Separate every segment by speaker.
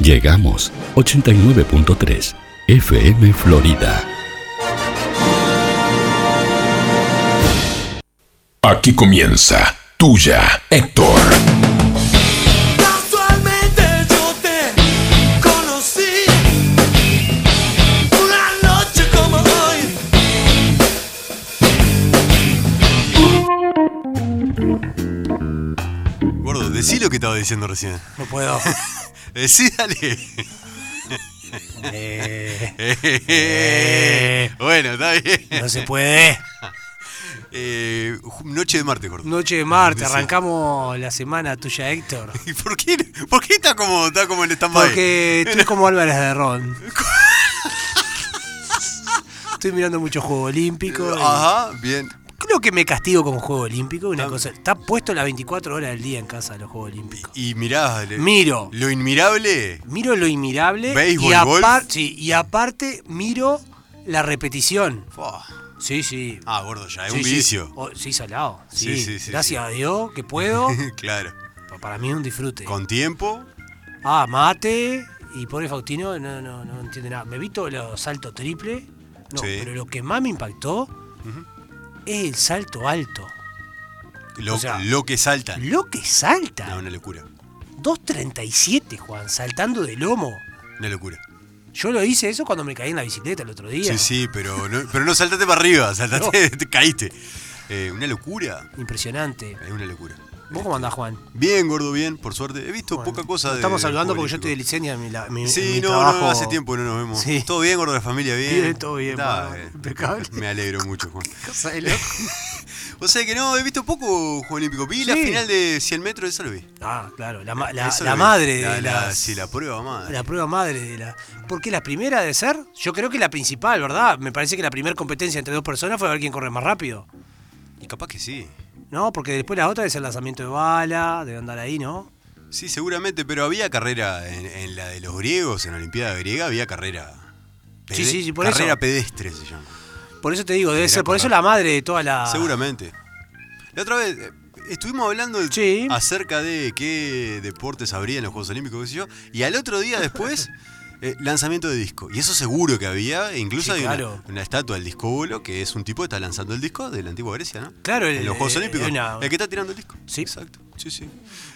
Speaker 1: Llegamos 89.3 FM Florida.
Speaker 2: Aquí comienza Tuya, Héctor.
Speaker 3: Casualmente yo te conocí una noche como hoy.
Speaker 4: Gordo, decí lo que estaba diciendo recién.
Speaker 5: No puedo.
Speaker 4: Decí, dale.
Speaker 5: Eh.
Speaker 4: bueno, está bien.
Speaker 5: No se puede.
Speaker 4: Eh, ju- noche de martes, gordo.
Speaker 5: Noche de Marte,
Speaker 4: Sí.
Speaker 5: arrancamos la semana tuya, Héctor.
Speaker 4: ¿Y por qué, por qué está como, está como en stand-by?
Speaker 5: Porque estoy como Álvarez de Ron. Estoy mirando mucho Juego Olímpico. y
Speaker 4: Ajá, bien.
Speaker 5: Creo que me castigo con Juego Olímpico. Una cosa, está puesto las 24 horas del día en casa los Juegos Olímpicos.
Speaker 4: Y mirá, le-
Speaker 5: Miro.
Speaker 4: lo inmirable.
Speaker 5: Miro lo inmirable.
Speaker 4: Béisbol,
Speaker 5: y,
Speaker 4: golf.
Speaker 5: sí, y aparte miro la repetición.
Speaker 4: Fua.
Speaker 5: Sí, sí.
Speaker 4: Ah, gordo, ya es
Speaker 5: Sí,
Speaker 4: un
Speaker 5: sí.
Speaker 4: vicio.
Speaker 5: Oh, sí, salado.
Speaker 4: Sí,
Speaker 5: Sí,
Speaker 4: sí, sí,
Speaker 5: Gracias a Dios que puedo.
Speaker 4: claro.
Speaker 5: Pa- Para mí es un disfrute.
Speaker 4: Con tiempo.
Speaker 5: Ah, mate. Y pobre Faustino no, no, no entiende nada. Me vi todos los saltos triple. No,
Speaker 4: Sí.
Speaker 5: pero lo que más me impactó es el salto alto.
Speaker 4: Lo,
Speaker 5: O sea,
Speaker 4: lo que saltan.
Speaker 5: Lo que salta.
Speaker 4: No, una locura.
Speaker 5: 2.37, Juan, saltando de lomo.
Speaker 4: Una locura.
Speaker 5: Yo lo hice eso cuando me caí en la bicicleta el otro día.
Speaker 4: Sí, sí, pero no, pero no saltaste para arriba, saltaste, te caíste. Eh, una locura.
Speaker 5: Impresionante.
Speaker 4: Es una locura.
Speaker 5: ¿Vos cómo andás, Juan?
Speaker 4: Bien, gordo, bien, por suerte. He visto
Speaker 5: Bueno,
Speaker 4: poca cosa
Speaker 5: nos
Speaker 4: de.
Speaker 5: Estamos saludando
Speaker 4: del
Speaker 5: porque yo estoy de
Speaker 4: público.
Speaker 5: licencia. Mi, la- mi-
Speaker 4: Sí,
Speaker 5: mi
Speaker 4: no,
Speaker 5: trabajo-
Speaker 4: no, hace tiempo que no nos vemos.
Speaker 5: Sí.
Speaker 4: Todo bien, gordo, la familia bien.
Speaker 5: Bien, todo bien,
Speaker 4: Está,
Speaker 5: pa,
Speaker 4: eh,
Speaker 5: impecable.
Speaker 4: Me alegro mucho, Juan.
Speaker 5: Cosa de loco.
Speaker 4: O sea que no, he visto poco Juego Olímpico. Vi la
Speaker 5: Sí.
Speaker 4: final de 100 metros, eso lo vi.
Speaker 5: Ah, claro, la, ma- la,
Speaker 4: Eso
Speaker 5: la
Speaker 4: lo vi.
Speaker 5: madre
Speaker 4: La-
Speaker 5: de
Speaker 4: la-
Speaker 5: las-
Speaker 4: Sí, la prueba madre.
Speaker 5: La prueba madre de la. Porque la primera de ser, yo creo que la principal, ¿verdad? Me parece que la primera competencia entre dos personas fue a ver quién corre más rápido.
Speaker 4: Y capaz que sí.
Speaker 5: ¿No? Porque después la otra es el lanzamiento de bala, de andar ahí, ¿no?
Speaker 4: Sí, seguramente, pero había carrera en, en la de los griegos, en la Olimpiada griega, había carrera.
Speaker 5: Sí, sí, sí, por
Speaker 4: Carrera
Speaker 5: eso.
Speaker 4: pedestre se llama.
Speaker 5: Por eso te digo, debe
Speaker 4: Mirá
Speaker 5: ser, por
Speaker 4: correr.
Speaker 5: eso la madre de toda la.
Speaker 4: Seguramente. La otra vez eh, estuvimos hablando de-
Speaker 5: Sí.
Speaker 4: acerca de qué deportes habría en los Juegos Olímpicos, qué sé yo, y al otro día después, eh, lanzamiento de disco. Y eso seguro que había, e incluso
Speaker 5: Sí,
Speaker 4: hay una-
Speaker 5: claro.
Speaker 4: una, estatua del disco bolo, que es un tipo que está lanzando el disco de la antigua Grecia, ¿no?
Speaker 5: Claro,
Speaker 4: en
Speaker 5: el-
Speaker 4: los Juegos
Speaker 5: eh,
Speaker 4: Olímpicos.
Speaker 5: una-
Speaker 4: El que está tirando el disco.
Speaker 5: Sí.
Speaker 4: Exacto. Sí, sí.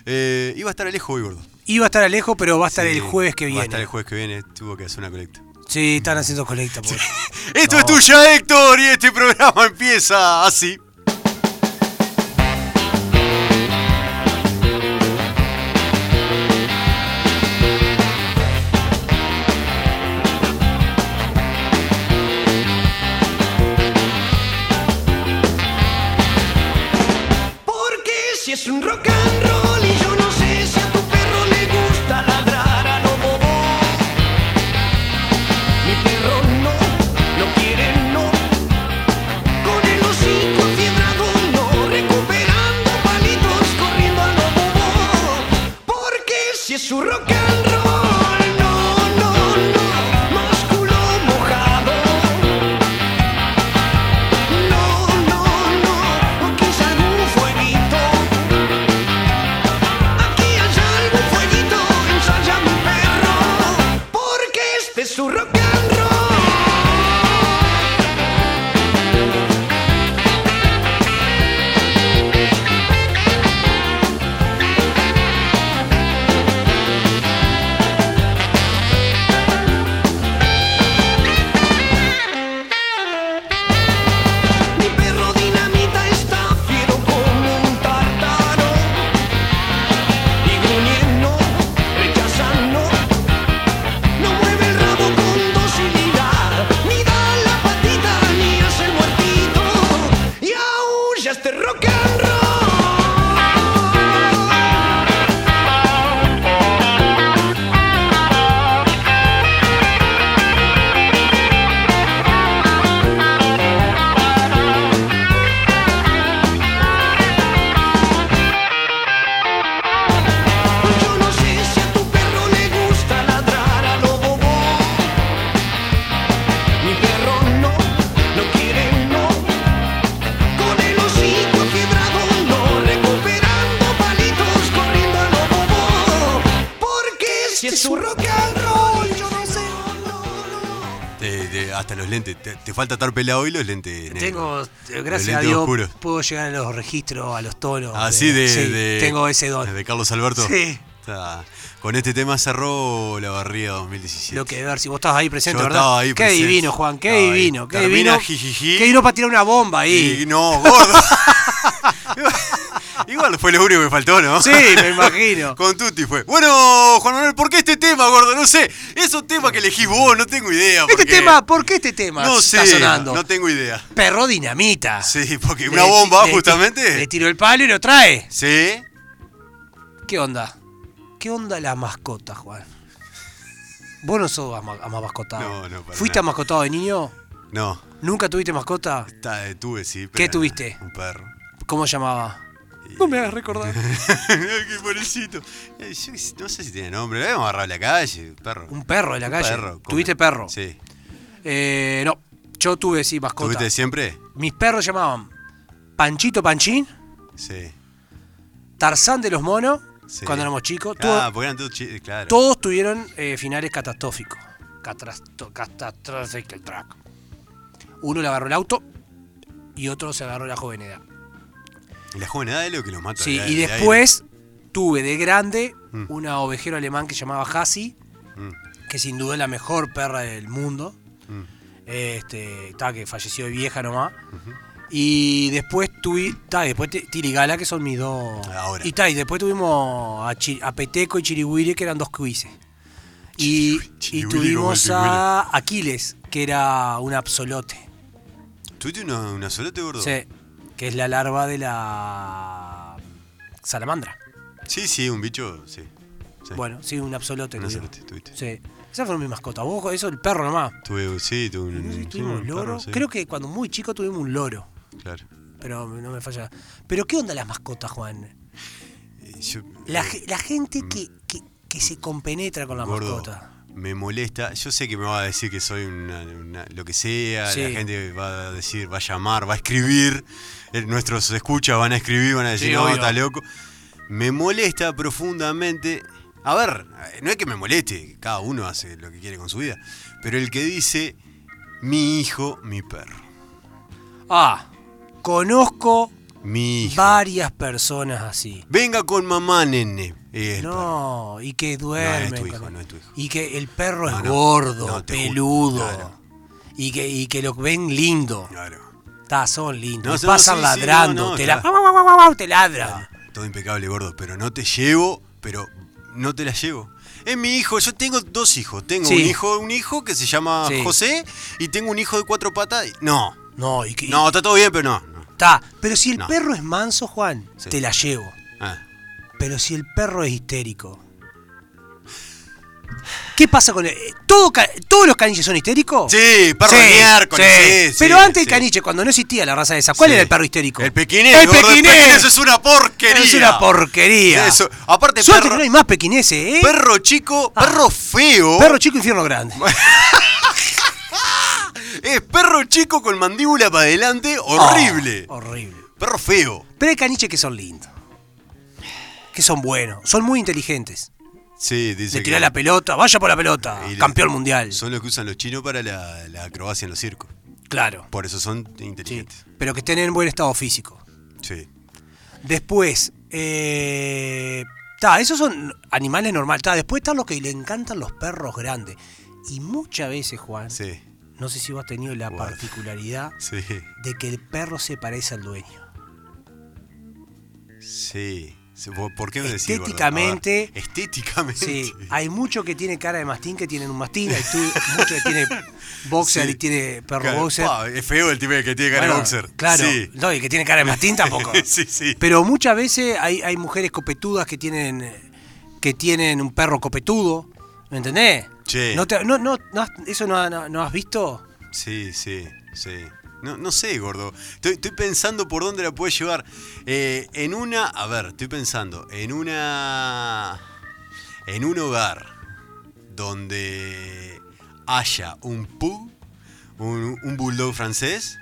Speaker 4: Eh, iba a estar Alejo hoy, gordo.
Speaker 5: Iba a estar Alejo, pero va a estar
Speaker 4: Sí,
Speaker 5: el jueves que viene.
Speaker 4: Va a estar el jueves que viene, tuvo que hacer una colecta.
Speaker 5: Sí, están haciendo colecta. pobre.
Speaker 4: Esto
Speaker 5: No.
Speaker 4: es tuya, Héctor, y este programa empieza así.
Speaker 3: Porque si es un rock and roll y yo no sé si a tu perro le gusta ladrar a lo bobo. Mi perro no, no quiere no. Con el hocico fiebrado no, recuperando palitos corriendo a lo bobo. Porque si es un rock and roll, no, no, no, músculo mojado. No, no, no, aquí es algún fueguito. Aquí es algún fueguito, ensaya mi perro, porque este es su rock and roll. Mi perro dinamita está fiero como un tártaro. Y gruñe no, rechaza no, no mueve el rabo con dócil su rock and roll, yo no sé. no, no.
Speaker 4: Te- te- hasta los lentes. Te, te falta estar pelado y los lentes negros.
Speaker 5: Tengo, eh, gracias a
Speaker 4: lentes
Speaker 5: Dios,
Speaker 4: oscuros.
Speaker 5: puedo llegar a los registros, a los tonos.
Speaker 4: Así Ah, de,
Speaker 5: sí,
Speaker 4: de-
Speaker 5: Tengo ese don.
Speaker 4: De Carlos Alberto.
Speaker 5: Sí.
Speaker 4: Está. Con este tema cerró la barriga 2017.
Speaker 5: Lo que ver, si vos estabas ahí presente,
Speaker 4: Yo
Speaker 5: ¿verdad?
Speaker 4: estaba ahí
Speaker 5: qué
Speaker 4: presente.
Speaker 5: divino, Juan, qué
Speaker 4: Estaba ahí.
Speaker 5: divino, qué
Speaker 4: Termina
Speaker 5: divino.
Speaker 4: jijiji.
Speaker 5: Qué divino para tirar una bomba ahí.
Speaker 4: Y no, gordo. Igual fue lo único que faltó, ¿no?
Speaker 5: Sí, me imagino.
Speaker 4: Con Tutti fue. Bueno, Juan Manuel, ¿por qué este tema, gordo? No sé. Esos temas que elegís vos, no tengo idea.
Speaker 5: Este
Speaker 4: por qué.
Speaker 5: tema, ¿por qué este tema
Speaker 4: no
Speaker 5: está
Speaker 4: sé,
Speaker 5: sonando?
Speaker 4: no tengo idea.
Speaker 5: Perro dinamita.
Speaker 4: Sí, porque
Speaker 5: Le
Speaker 4: una
Speaker 5: ti-
Speaker 4: bomba,
Speaker 5: le ti-
Speaker 4: justamente.
Speaker 5: Le tiro el palo y lo trae.
Speaker 4: Sí.
Speaker 5: ¿Qué onda? ¿Qué onda la mascota, Juan? Vos no sos ama- amascotado.
Speaker 4: No, no, para
Speaker 5: ¿Fuiste
Speaker 4: nada.
Speaker 5: amascotado de niño?
Speaker 4: No,
Speaker 5: ¿Nunca tuviste mascota?
Speaker 4: está, eh, tuve sí. pero
Speaker 5: ¿Qué
Speaker 4: era
Speaker 5: tuviste?
Speaker 4: Un perro.
Speaker 5: ¿Cómo se llamaba? No me hagas recordar.
Speaker 4: Ay, qué pobrecito. Eh, Yo no sé si tiene nombre. Lo habíamos agarrado en la calle, perro.
Speaker 5: Un perro de la calle.
Speaker 4: perro, come.
Speaker 5: ¿Tuviste perro?
Speaker 4: Sí.
Speaker 5: Eh, no, yo tuve sí mascota.
Speaker 4: ¿Tuviste siempre?
Speaker 5: Mis perros llamaban Panchito Panchín,
Speaker 4: Sí.
Speaker 5: Tarzán de los Monos,
Speaker 4: sí.
Speaker 5: cuando éramos chicos. Tu-
Speaker 4: Ah, porque eran todos chi- claro.
Speaker 5: Todos tuvieron eh, finales catastróficos. Catrasto- Catastrófico el track. Uno le agarró el auto y otro se agarró la joven edad.
Speaker 4: Y La joven edad es lo que los mata.
Speaker 5: Sí,
Speaker 4: de-
Speaker 5: y
Speaker 4: de
Speaker 5: después tuve de grande una ovejero alemán que llamaba Hasi,
Speaker 4: Mm.
Speaker 5: que sin duda es la mejor perra del mundo.
Speaker 4: Mm.
Speaker 5: Este, ta, que falleció de vieja nomás. Y después tuve, ta, y después Tirigala, que son mis dos.
Speaker 4: Ahora.
Speaker 5: Y ta, y después tuvimos a, Chi- a Peteco y Chirihuire, que eran dos cuises. Y,
Speaker 4: Chirihuire,
Speaker 5: y
Speaker 4: Chirihuire
Speaker 5: tuvimos
Speaker 4: como el
Speaker 5: a Aquiles, que era un absolote.
Speaker 4: aire. ¿Tuviste una, un azolote, gordo?
Speaker 5: Sí, que es la larva de la salamandra.
Speaker 4: Sí, sí, un bicho, sí. Sí.
Speaker 5: Bueno, sí, un absolote.
Speaker 4: Un
Speaker 5: que digo.
Speaker 4: azolote, tuviste.
Speaker 5: Sí. Esa fue mi mascota. Vos, eso, el perro nomás.
Speaker 4: Tuve, sí, tuve un.
Speaker 5: No sé si
Speaker 4: sí,
Speaker 5: tuvimos
Speaker 4: un
Speaker 5: un loro.
Speaker 4: perro, sí.
Speaker 5: Creo que cuando muy chico tuvimos un loro.
Speaker 4: Claro.
Speaker 5: Pero no me falla. Pero ¿qué onda las mascotas, Juan?
Speaker 4: Eh, yo-
Speaker 5: La,
Speaker 4: eh,
Speaker 5: ge- la gente que, que- que se compenetra con las
Speaker 4: gordo,
Speaker 5: mascotas.
Speaker 4: Me molesta. Yo sé que me va a decir que soy una, una- lo que sea.
Speaker 5: Sí.
Speaker 4: La gente va a decir, va a llamar, va a escribir. eh, Nuestros escuchas van a escribir, van a decir,
Speaker 5: Sí,
Speaker 4: no,
Speaker 5: obvio.
Speaker 4: está loco. Me molesta profundamente. A ver, eh, no es que me moleste, cada uno hace lo que quiere con su vida. Pero el que dice, mi hijo, mi perro.
Speaker 5: Ah, conozco
Speaker 4: Mi hijo.
Speaker 5: varias personas así.
Speaker 4: Venga con mamá, nene. Es el perro.
Speaker 5: No, y que
Speaker 4: No
Speaker 5: duermen.
Speaker 4: es tu
Speaker 5: con
Speaker 4: hijo,
Speaker 5: el-
Speaker 4: no es tu hijo.
Speaker 5: Y que el perro
Speaker 4: No,
Speaker 5: es
Speaker 4: no.
Speaker 5: gordo,
Speaker 4: No, te ju-
Speaker 5: peludo.
Speaker 4: claro.
Speaker 5: Y, que, y que lo ven lindo.
Speaker 4: Claro.
Speaker 5: Está, son lindos.
Speaker 4: No,
Speaker 5: y
Speaker 4: no,
Speaker 5: pasan
Speaker 4: sí, sí,
Speaker 5: ladrando.
Speaker 4: no, no,
Speaker 5: te,
Speaker 4: claro.
Speaker 5: la- guau, guau, guau, guau, te ladran.
Speaker 4: Todo impecable, gordo, pero no te llevo, pero no te la llevo. Es mi hijo, yo tengo dos hijos. Tengo
Speaker 5: Sí.
Speaker 4: un hijo, un hijo que se llama
Speaker 5: Sí.
Speaker 4: José y tengo un hijo de cuatro patas. y- No,
Speaker 5: No, y que.
Speaker 4: no, está todo bien, pero no. no.
Speaker 5: Está. Pero si el
Speaker 4: No.
Speaker 5: perro es manso, Juan,
Speaker 4: Sí.
Speaker 5: te la llevo.
Speaker 4: Ah,
Speaker 5: Pero si el perro es histérico. ¿Qué pasa con el.? eh, todo ca- ¿Todos los caniches son histéricos?
Speaker 4: Sí, perro de miércoles, sí, sí,
Speaker 5: Pero antes
Speaker 4: sí.
Speaker 5: el caniche, cuando no existía la raza esa, ¿cuál
Speaker 4: sí.
Speaker 5: era el perro histérico?
Speaker 4: El pequinés.
Speaker 5: El
Speaker 4: gordo,
Speaker 5: pequinés.
Speaker 4: Eso es una porquería.
Speaker 5: Es una porquería.
Speaker 4: Eso. Aparte,
Speaker 5: Suerte que
Speaker 4: perro,
Speaker 5: no hay más pequineses, ¿eh?
Speaker 4: perro chico,
Speaker 5: Ah.
Speaker 4: perro feo.
Speaker 5: Perro chico, infierno grande.
Speaker 4: Es perro chico con mandíbula para adelante, horrible.
Speaker 5: Oh, horrible.
Speaker 4: Perro feo.
Speaker 5: Pero hay caniches que son lindos. Que son buenos. Son muy inteligentes.
Speaker 4: Sí, dice
Speaker 5: Le
Speaker 4: que-
Speaker 5: tirá la pelota, vaya por la pelota.
Speaker 4: y le-
Speaker 5: Campeón mundial.
Speaker 4: Son los que usan los chinos para la, la acrobacia en los circos.
Speaker 5: Claro.
Speaker 4: Por eso son
Speaker 5: sí.
Speaker 4: inteligentes.
Speaker 5: Pero que estén en buen estado físico.
Speaker 4: Sí.
Speaker 5: Después, eh, ta, esos son animales normales. Ta, después están los que le encantan los perros grandes. Y muchas veces, Juan,
Speaker 4: Sí.
Speaker 5: no sé si vos has tenido la
Speaker 4: Guarda.
Speaker 5: particularidad
Speaker 4: Sí.
Speaker 5: de que el perro se parece al dueño.
Speaker 4: Sí. Sí, ¿por- ¿Por qué me decís? gordo?
Speaker 5: Estéticamente-
Speaker 4: A ver, Estéticamente.
Speaker 5: Sí, hay muchos que tienen cara de mastín que tienen un mastín, hay muchos que tienen boxer
Speaker 4: Sí.
Speaker 5: y tiene perro
Speaker 4: Claro,
Speaker 5: boxer.
Speaker 4: pa, es feo el tipo que tiene cara de
Speaker 5: eh. Bueno,
Speaker 4: boxer.
Speaker 5: Claro,
Speaker 4: Sí.
Speaker 5: no, y que tiene cara de mastín tampoco.
Speaker 4: sí, sí.
Speaker 5: Pero muchas veces hay, hay mujeres copetudas que tienen eh, que tienen un perro copetudo, ¿me entendés?
Speaker 4: Sí.
Speaker 5: No te- no, no, no has- ¿Eso no, ha- no- no has visto?
Speaker 4: Sí, sí, sí. No, no sé, gordo. Estoy, estoy pensando por dónde la puedes llevar. Eh, en una. A ver, estoy pensando. En una. En un hogar donde haya un pug, un, un bulldog francés.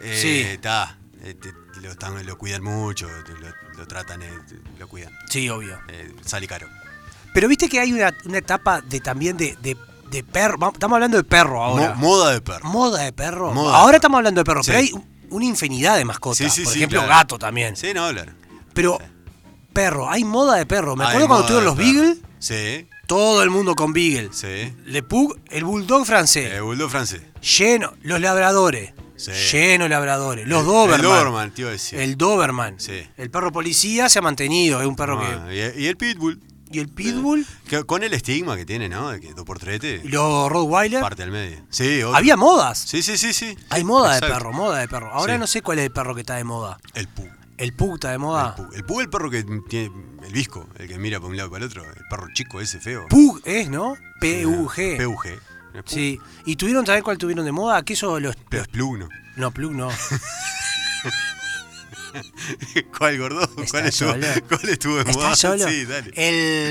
Speaker 4: eh,
Speaker 5: Sí.
Speaker 4: ta, eh, te- lo, están- lo cuidan mucho, te- lo, lo tratan, eh, te- lo cuidan.
Speaker 5: Sí, obvio.
Speaker 4: Eh, sale caro.
Speaker 5: Pero viste que hay una, una etapa de también de, de- de perro. Vamos- Estamos hablando de perro ahora.
Speaker 4: Mo- moda de perro.
Speaker 5: Moda de perro.
Speaker 4: Moda.
Speaker 5: Ahora estamos hablando de perro,
Speaker 4: Sí.
Speaker 5: pero hay un- una infinidad de mascotas.
Speaker 4: Sí, sí,
Speaker 5: Por
Speaker 4: sí,
Speaker 5: ejemplo,
Speaker 4: claro.
Speaker 5: gato también.
Speaker 4: Sí, no, claro.
Speaker 5: Pero perro, hay moda de perro. Me
Speaker 4: Hay
Speaker 5: acuerdo cuando
Speaker 4: moda
Speaker 5: estuvieron los
Speaker 4: de perro.
Speaker 5: Beagle,
Speaker 4: Sí,
Speaker 5: todo el mundo con Beagle.
Speaker 4: sí.
Speaker 5: Le Pug, el bulldog francés,
Speaker 4: El Eh, bulldog francés.
Speaker 5: lleno. Los labradores,
Speaker 4: Sí.
Speaker 5: lleno de labradores. Los
Speaker 4: El-
Speaker 5: Doberman.
Speaker 4: El Doberman, te iba a decir.
Speaker 5: El Doberman.
Speaker 4: Sí.
Speaker 5: El perro policía se ha mantenido, es un perro
Speaker 4: Ah, y, y el Pitbull.
Speaker 5: que... Y el Pitbull
Speaker 4: Que- con el estigma que tiene, ¿no? De que dos por trete,
Speaker 5: y los Rottweiler.
Speaker 4: parte al medio. Sí, otro.
Speaker 5: Había modas.
Speaker 4: Sí, sí, sí, sí.
Speaker 5: Hay moda de
Speaker 4: Exacto.
Speaker 5: perro, moda de perro. Ahora
Speaker 4: Sí.
Speaker 5: no sé cuál es el perro que está de moda.
Speaker 4: El Pug.
Speaker 5: El puta de
Speaker 4: El
Speaker 5: moda.
Speaker 4: Pug. El Pug, el perro que tiene el visco, el que mira para un lado y para el otro. El perro chico ese feo.
Speaker 5: Pug es, ¿no? P-U-G.
Speaker 4: PUG. El Pug.
Speaker 5: Sí. ¿Y tuvieron también cuál tuvieron de moda? ¿Qué son los.?
Speaker 4: Pero es Plugno.
Speaker 5: No, Plug no.
Speaker 4: ¿Cuál, gordo?
Speaker 5: Está
Speaker 4: ¿Cuál estuvo,
Speaker 5: solo.
Speaker 4: ¿Cuál estuvo en moda?
Speaker 5: ¿Estás solo? Eh,
Speaker 4: Sí, dale.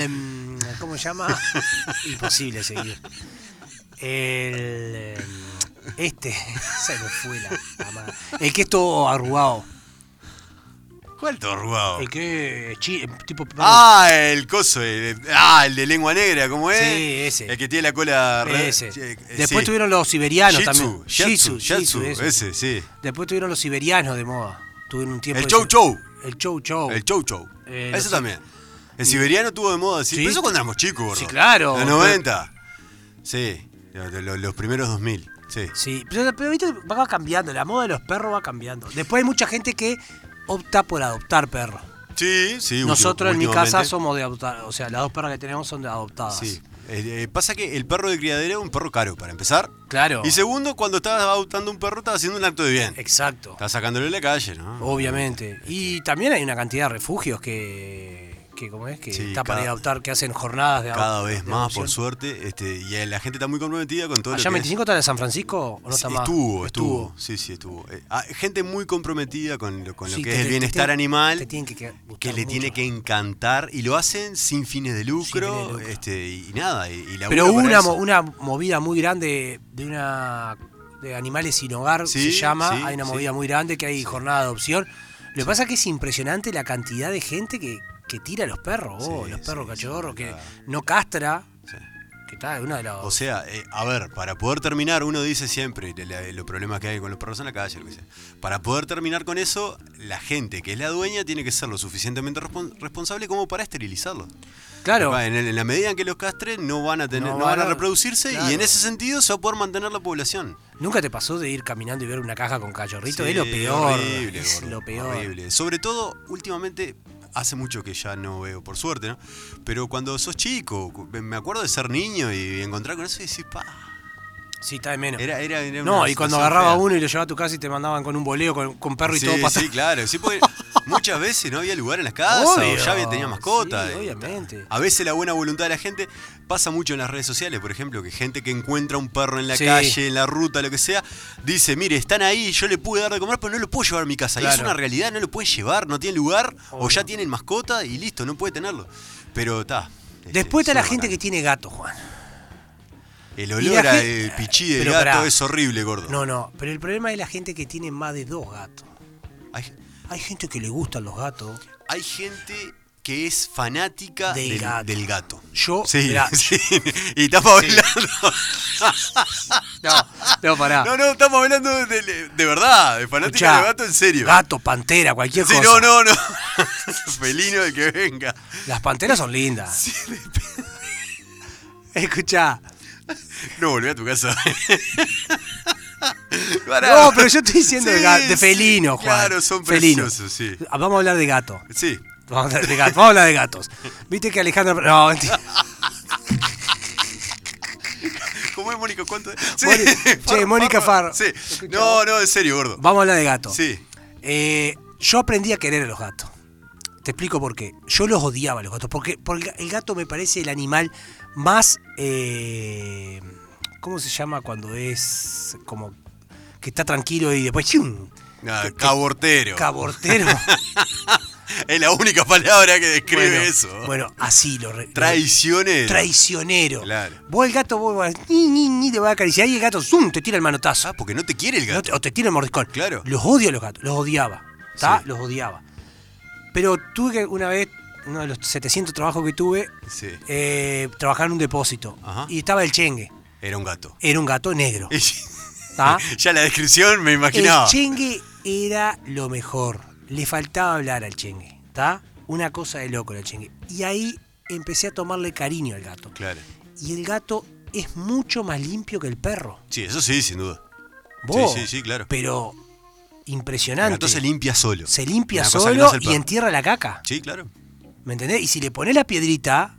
Speaker 5: El. mm, ¿Cómo se llama? Imposible seguir. El. mm, Este. Se me fue la, la madre. El que es todo arrugado.
Speaker 4: ¿Cuál todo arrugado?
Speaker 5: El que. es chi- tipo.
Speaker 4: Ah, el coso. el- ah, el de lengua negra, ¿cómo es?
Speaker 5: Sí, ese.
Speaker 4: El que tiene la cola. re-
Speaker 5: ese.
Speaker 4: Sí, eh,
Speaker 5: Después
Speaker 4: sí.
Speaker 5: tuvieron los siberianos
Speaker 4: Shih
Speaker 5: Ah, también.
Speaker 4: Tzu, Shih Tzu,
Speaker 5: Shih Tzu,
Speaker 4: Shih Tzu,
Speaker 5: eso.
Speaker 4: ese, sí.
Speaker 5: Después tuvieron los siberianos de moda. Tuvieron un tiempo.
Speaker 4: El
Speaker 5: de-
Speaker 4: Chow Chow.
Speaker 5: El Chow Chow.
Speaker 4: El Chow Chow.
Speaker 5: Oh. Eh,
Speaker 4: Ese
Speaker 5: los-
Speaker 4: también. El siberiano tuvo de moda, sí.
Speaker 5: Sí.
Speaker 4: Pero eso cuando éramos chicos, gordo.
Speaker 5: Sí, claro.
Speaker 4: Los 90. Sí. Lo- lo- Los, primeros 2000. Sí.
Speaker 5: Sí, pero, pero, viste, va cambiando, la moda de los perros va cambiando. Después hay mucha gente que opta por adoptar perros.
Speaker 4: Sí, sí. últim-
Speaker 5: Nosotros en mi casa
Speaker 4: últimamente.
Speaker 5: somos de adoptar, o sea, las dos perras que tenemos son de adoptadas.
Speaker 4: Sí. Eh, eh, pasa que el perro de criadero es un perro caro, para empezar.
Speaker 5: Claro.
Speaker 4: Y segundo, cuando estás adoptando un perro, estás haciendo un acto de bien.
Speaker 5: Exacto.
Speaker 4: Estás sacándolo de la calle, ¿no?
Speaker 5: Obviamente. Y también hay una cantidad de refugios que, que ¿cómo es? Que
Speaker 4: Sí,
Speaker 5: está para
Speaker 4: cada-
Speaker 5: ir a adoptar, que hacen jornadas de
Speaker 4: Cada
Speaker 5: adop-
Speaker 4: vez
Speaker 5: de
Speaker 4: más, por
Speaker 5: adopción.
Speaker 4: suerte. Este, y eh, la gente está muy comprometida con todo
Speaker 5: ¿Allá
Speaker 4: lo que es-
Speaker 5: 25 está la de San Francisco o no está
Speaker 4: Sí,
Speaker 5: más?
Speaker 4: Estuvo, estuvo, Sí, sí, estuvo. Eh, ah, gente muy comprometida con lo, con lo
Speaker 5: Sí,
Speaker 4: que
Speaker 5: te-
Speaker 4: es el
Speaker 5: te-
Speaker 4: bienestar
Speaker 5: te-
Speaker 4: animal,
Speaker 5: te tienen que, que-
Speaker 4: que
Speaker 5: gustar
Speaker 4: le tiene
Speaker 5: mucho.
Speaker 4: que encantar y lo hacen sin fines de lucro,
Speaker 5: fines de lucro.
Speaker 4: Este, y, y nada. Y, y laburan
Speaker 5: Pero hubo
Speaker 4: para
Speaker 5: una,
Speaker 4: eso.
Speaker 5: mo- una movida muy grande de una de animales sin hogar,
Speaker 4: Sí,
Speaker 5: se llama.
Speaker 4: sí,
Speaker 5: hay una
Speaker 4: sí.
Speaker 5: movida muy grande que hay jornada de adopción. Lo que pasa es que es impresionante la cantidad de gente que, que tira a los perros, oh,
Speaker 4: Sí,
Speaker 5: los perros
Speaker 4: sí,
Speaker 5: cachorros,
Speaker 4: sí,
Speaker 5: que
Speaker 4: verdad.
Speaker 5: no castra,
Speaker 4: Sí.
Speaker 5: que está una de las.
Speaker 4: O sea, eh, a ver, para poder terminar, uno dice siempre de la- de los problemas que hay con los perros en la calle, lo que sea. Para poder terminar con eso, la gente que es la dueña tiene que ser lo suficientemente respon- responsable como para esterilizarlos.
Speaker 5: claro,
Speaker 4: Va, En, el- en la medida en que los castren, no van a tener,
Speaker 5: No
Speaker 4: no van
Speaker 5: van
Speaker 4: a
Speaker 5: a-
Speaker 4: reproducirse
Speaker 5: claro.
Speaker 4: y en ese sentido se va a poder mantener la población.
Speaker 5: nunca te pasó de ir caminando y ver una caja con cachorrito,
Speaker 4: Sí,
Speaker 5: es lo peor.
Speaker 4: horrible,
Speaker 5: es
Speaker 4: gordo,
Speaker 5: lo peor.
Speaker 4: horrible. Sobre todo, últimamente, hace mucho que ya no veo, por suerte, ¿no? Pero cuando sos chico, cu- me acuerdo de ser niño y encontrar con eso y decís, pa,
Speaker 5: Sí, está de menos.
Speaker 4: era, era, era
Speaker 5: no,
Speaker 4: una
Speaker 5: y cuando
Speaker 4: situación
Speaker 5: agarraba
Speaker 4: fea.
Speaker 5: uno y lo llevaba a tu casa y te mandaban con un boleo, con, con perro y
Speaker 4: sí,
Speaker 5: todo pasado.
Speaker 4: Sí, claro, sí, porque muchas veces no había lugar en las casas,
Speaker 5: Obvio,
Speaker 4: o ya había- tenía mascota.
Speaker 5: sí,
Speaker 4: y-
Speaker 5: obviamente.
Speaker 4: A veces la buena voluntad de la gente pasa mucho en las redes sociales, por ejemplo, que gente que encuentra un perro en la
Speaker 5: Sí.
Speaker 4: calle, en la ruta, lo que sea, dice, mire, están ahí, yo le pude dar de comer, pero no lo puedo llevar a mi casa. Y es
Speaker 5: Claro.
Speaker 4: una realidad, no lo pueden llevar, no tienen lugar, o
Speaker 5: Obvio.
Speaker 4: ya tienen mascota y listo, no puede tenerlo. Pero está. este,
Speaker 5: Después está la
Speaker 4: son
Speaker 5: gente que
Speaker 4: bacanas.
Speaker 5: tiene gato, Juan.
Speaker 4: El
Speaker 5: y
Speaker 4: olor
Speaker 5: la
Speaker 4: a
Speaker 5: gen-
Speaker 4: eh, pichí de
Speaker 5: Pero
Speaker 4: gato
Speaker 5: pará.
Speaker 4: es horrible, gordo.
Speaker 5: No, no, pero el problema es la gente que tiene más de dos gatos.
Speaker 4: Hay-
Speaker 5: Hay gente que le gustan los gatos.
Speaker 4: Hay gente que es fanática
Speaker 5: Del
Speaker 4: del,
Speaker 5: gato.
Speaker 4: del gato.
Speaker 5: Yo,
Speaker 4: Sí,
Speaker 5: Oh, mirá,
Speaker 4: sí. Y estamos hablando.
Speaker 5: No, no, pará.
Speaker 4: No, no, estamos hablando de, de- de verdad, de fanática
Speaker 5: Ah. Escuchá,
Speaker 4: del gato en serio.
Speaker 5: Gato, pantera, cualquier
Speaker 4: sí,
Speaker 5: cosa.
Speaker 4: no, no, no. Felino el que venga.
Speaker 5: Las panteras son lindas. Escuchá.
Speaker 4: No volví a tu casa. Pará.
Speaker 5: No, pero yo estoy diciendo de,
Speaker 4: Sí,
Speaker 5: ga- de
Speaker 4: sí,
Speaker 5: felino, Juan.
Speaker 4: Claro, son
Speaker 5: Felino.
Speaker 4: preciosos, sí.
Speaker 5: Ah, Vamos a hablar de gato.
Speaker 4: Sí.
Speaker 5: Vamos a hablar de gato. Vamos a hablar de gatos. Viste que Alejandro. No, mentira.
Speaker 4: ¿Cómo es Mónica? ¿Cuánto? Sí,
Speaker 5: Moni- Che, Mónica Farro.
Speaker 4: Sí. No, no, en serio, gordo.
Speaker 5: Vamos a hablar de gato.
Speaker 4: Sí.
Speaker 5: Eh, yo aprendí a querer a los gatos. Te explico por qué. Yo los odiaba a los gatos. Porque, porque el gato me parece el animal más. eh, ¿Cómo se llama cuando es como que está tranquilo y después. ¡chum!
Speaker 4: Nada, cabortero.
Speaker 5: Cabortero.
Speaker 4: Es la única palabra que describe
Speaker 5: bueno,
Speaker 4: eso.
Speaker 5: bueno, así lo. re-
Speaker 4: Traiciones.
Speaker 5: Traicionero.
Speaker 4: Claro.
Speaker 5: Vos el gato, vos vas, ni, ni, ni, te va a acariciar y el gato, ¡zum! te tira el manotazo.
Speaker 4: Ah, porque no te quiere el
Speaker 5: No
Speaker 4: gato.
Speaker 5: te- o te tira el mordiscón.
Speaker 4: Claro.
Speaker 5: Los odio a los gatos, los odiaba. ¿Está?
Speaker 4: Sí.
Speaker 5: Los odiaba. Pero tuve que una vez uno de los 700 trabajos que tuve,
Speaker 4: Sí.
Speaker 5: eh, trabajaba en un depósito.
Speaker 4: Ajá.
Speaker 5: Y estaba el chengue.
Speaker 4: Era un gato.
Speaker 5: Era un gato negro. ¿tá?
Speaker 4: ya la descripción me
Speaker 5: El
Speaker 4: imaginaba.
Speaker 5: chengue era lo mejor. Le faltaba hablar al chengue. ¿Está? Una cosa de loco era el chengue. Y ahí empecé a tomarle cariño al gato.
Speaker 4: Claro.
Speaker 5: Y el gato es mucho más limpio que el perro.
Speaker 4: Sí, eso sí, sin duda.
Speaker 5: Vos,
Speaker 4: sí, sí, claro.
Speaker 5: Pero
Speaker 4: El
Speaker 5: impresionante.
Speaker 4: gato se limpia solo.
Speaker 5: Se limpia
Speaker 4: Una cosa que no
Speaker 5: solo
Speaker 4: hace el
Speaker 5: y
Speaker 4: perro.
Speaker 5: entierra la caca.
Speaker 4: Sí, claro.
Speaker 5: ¿Me entendés? Y si le pones la piedrita,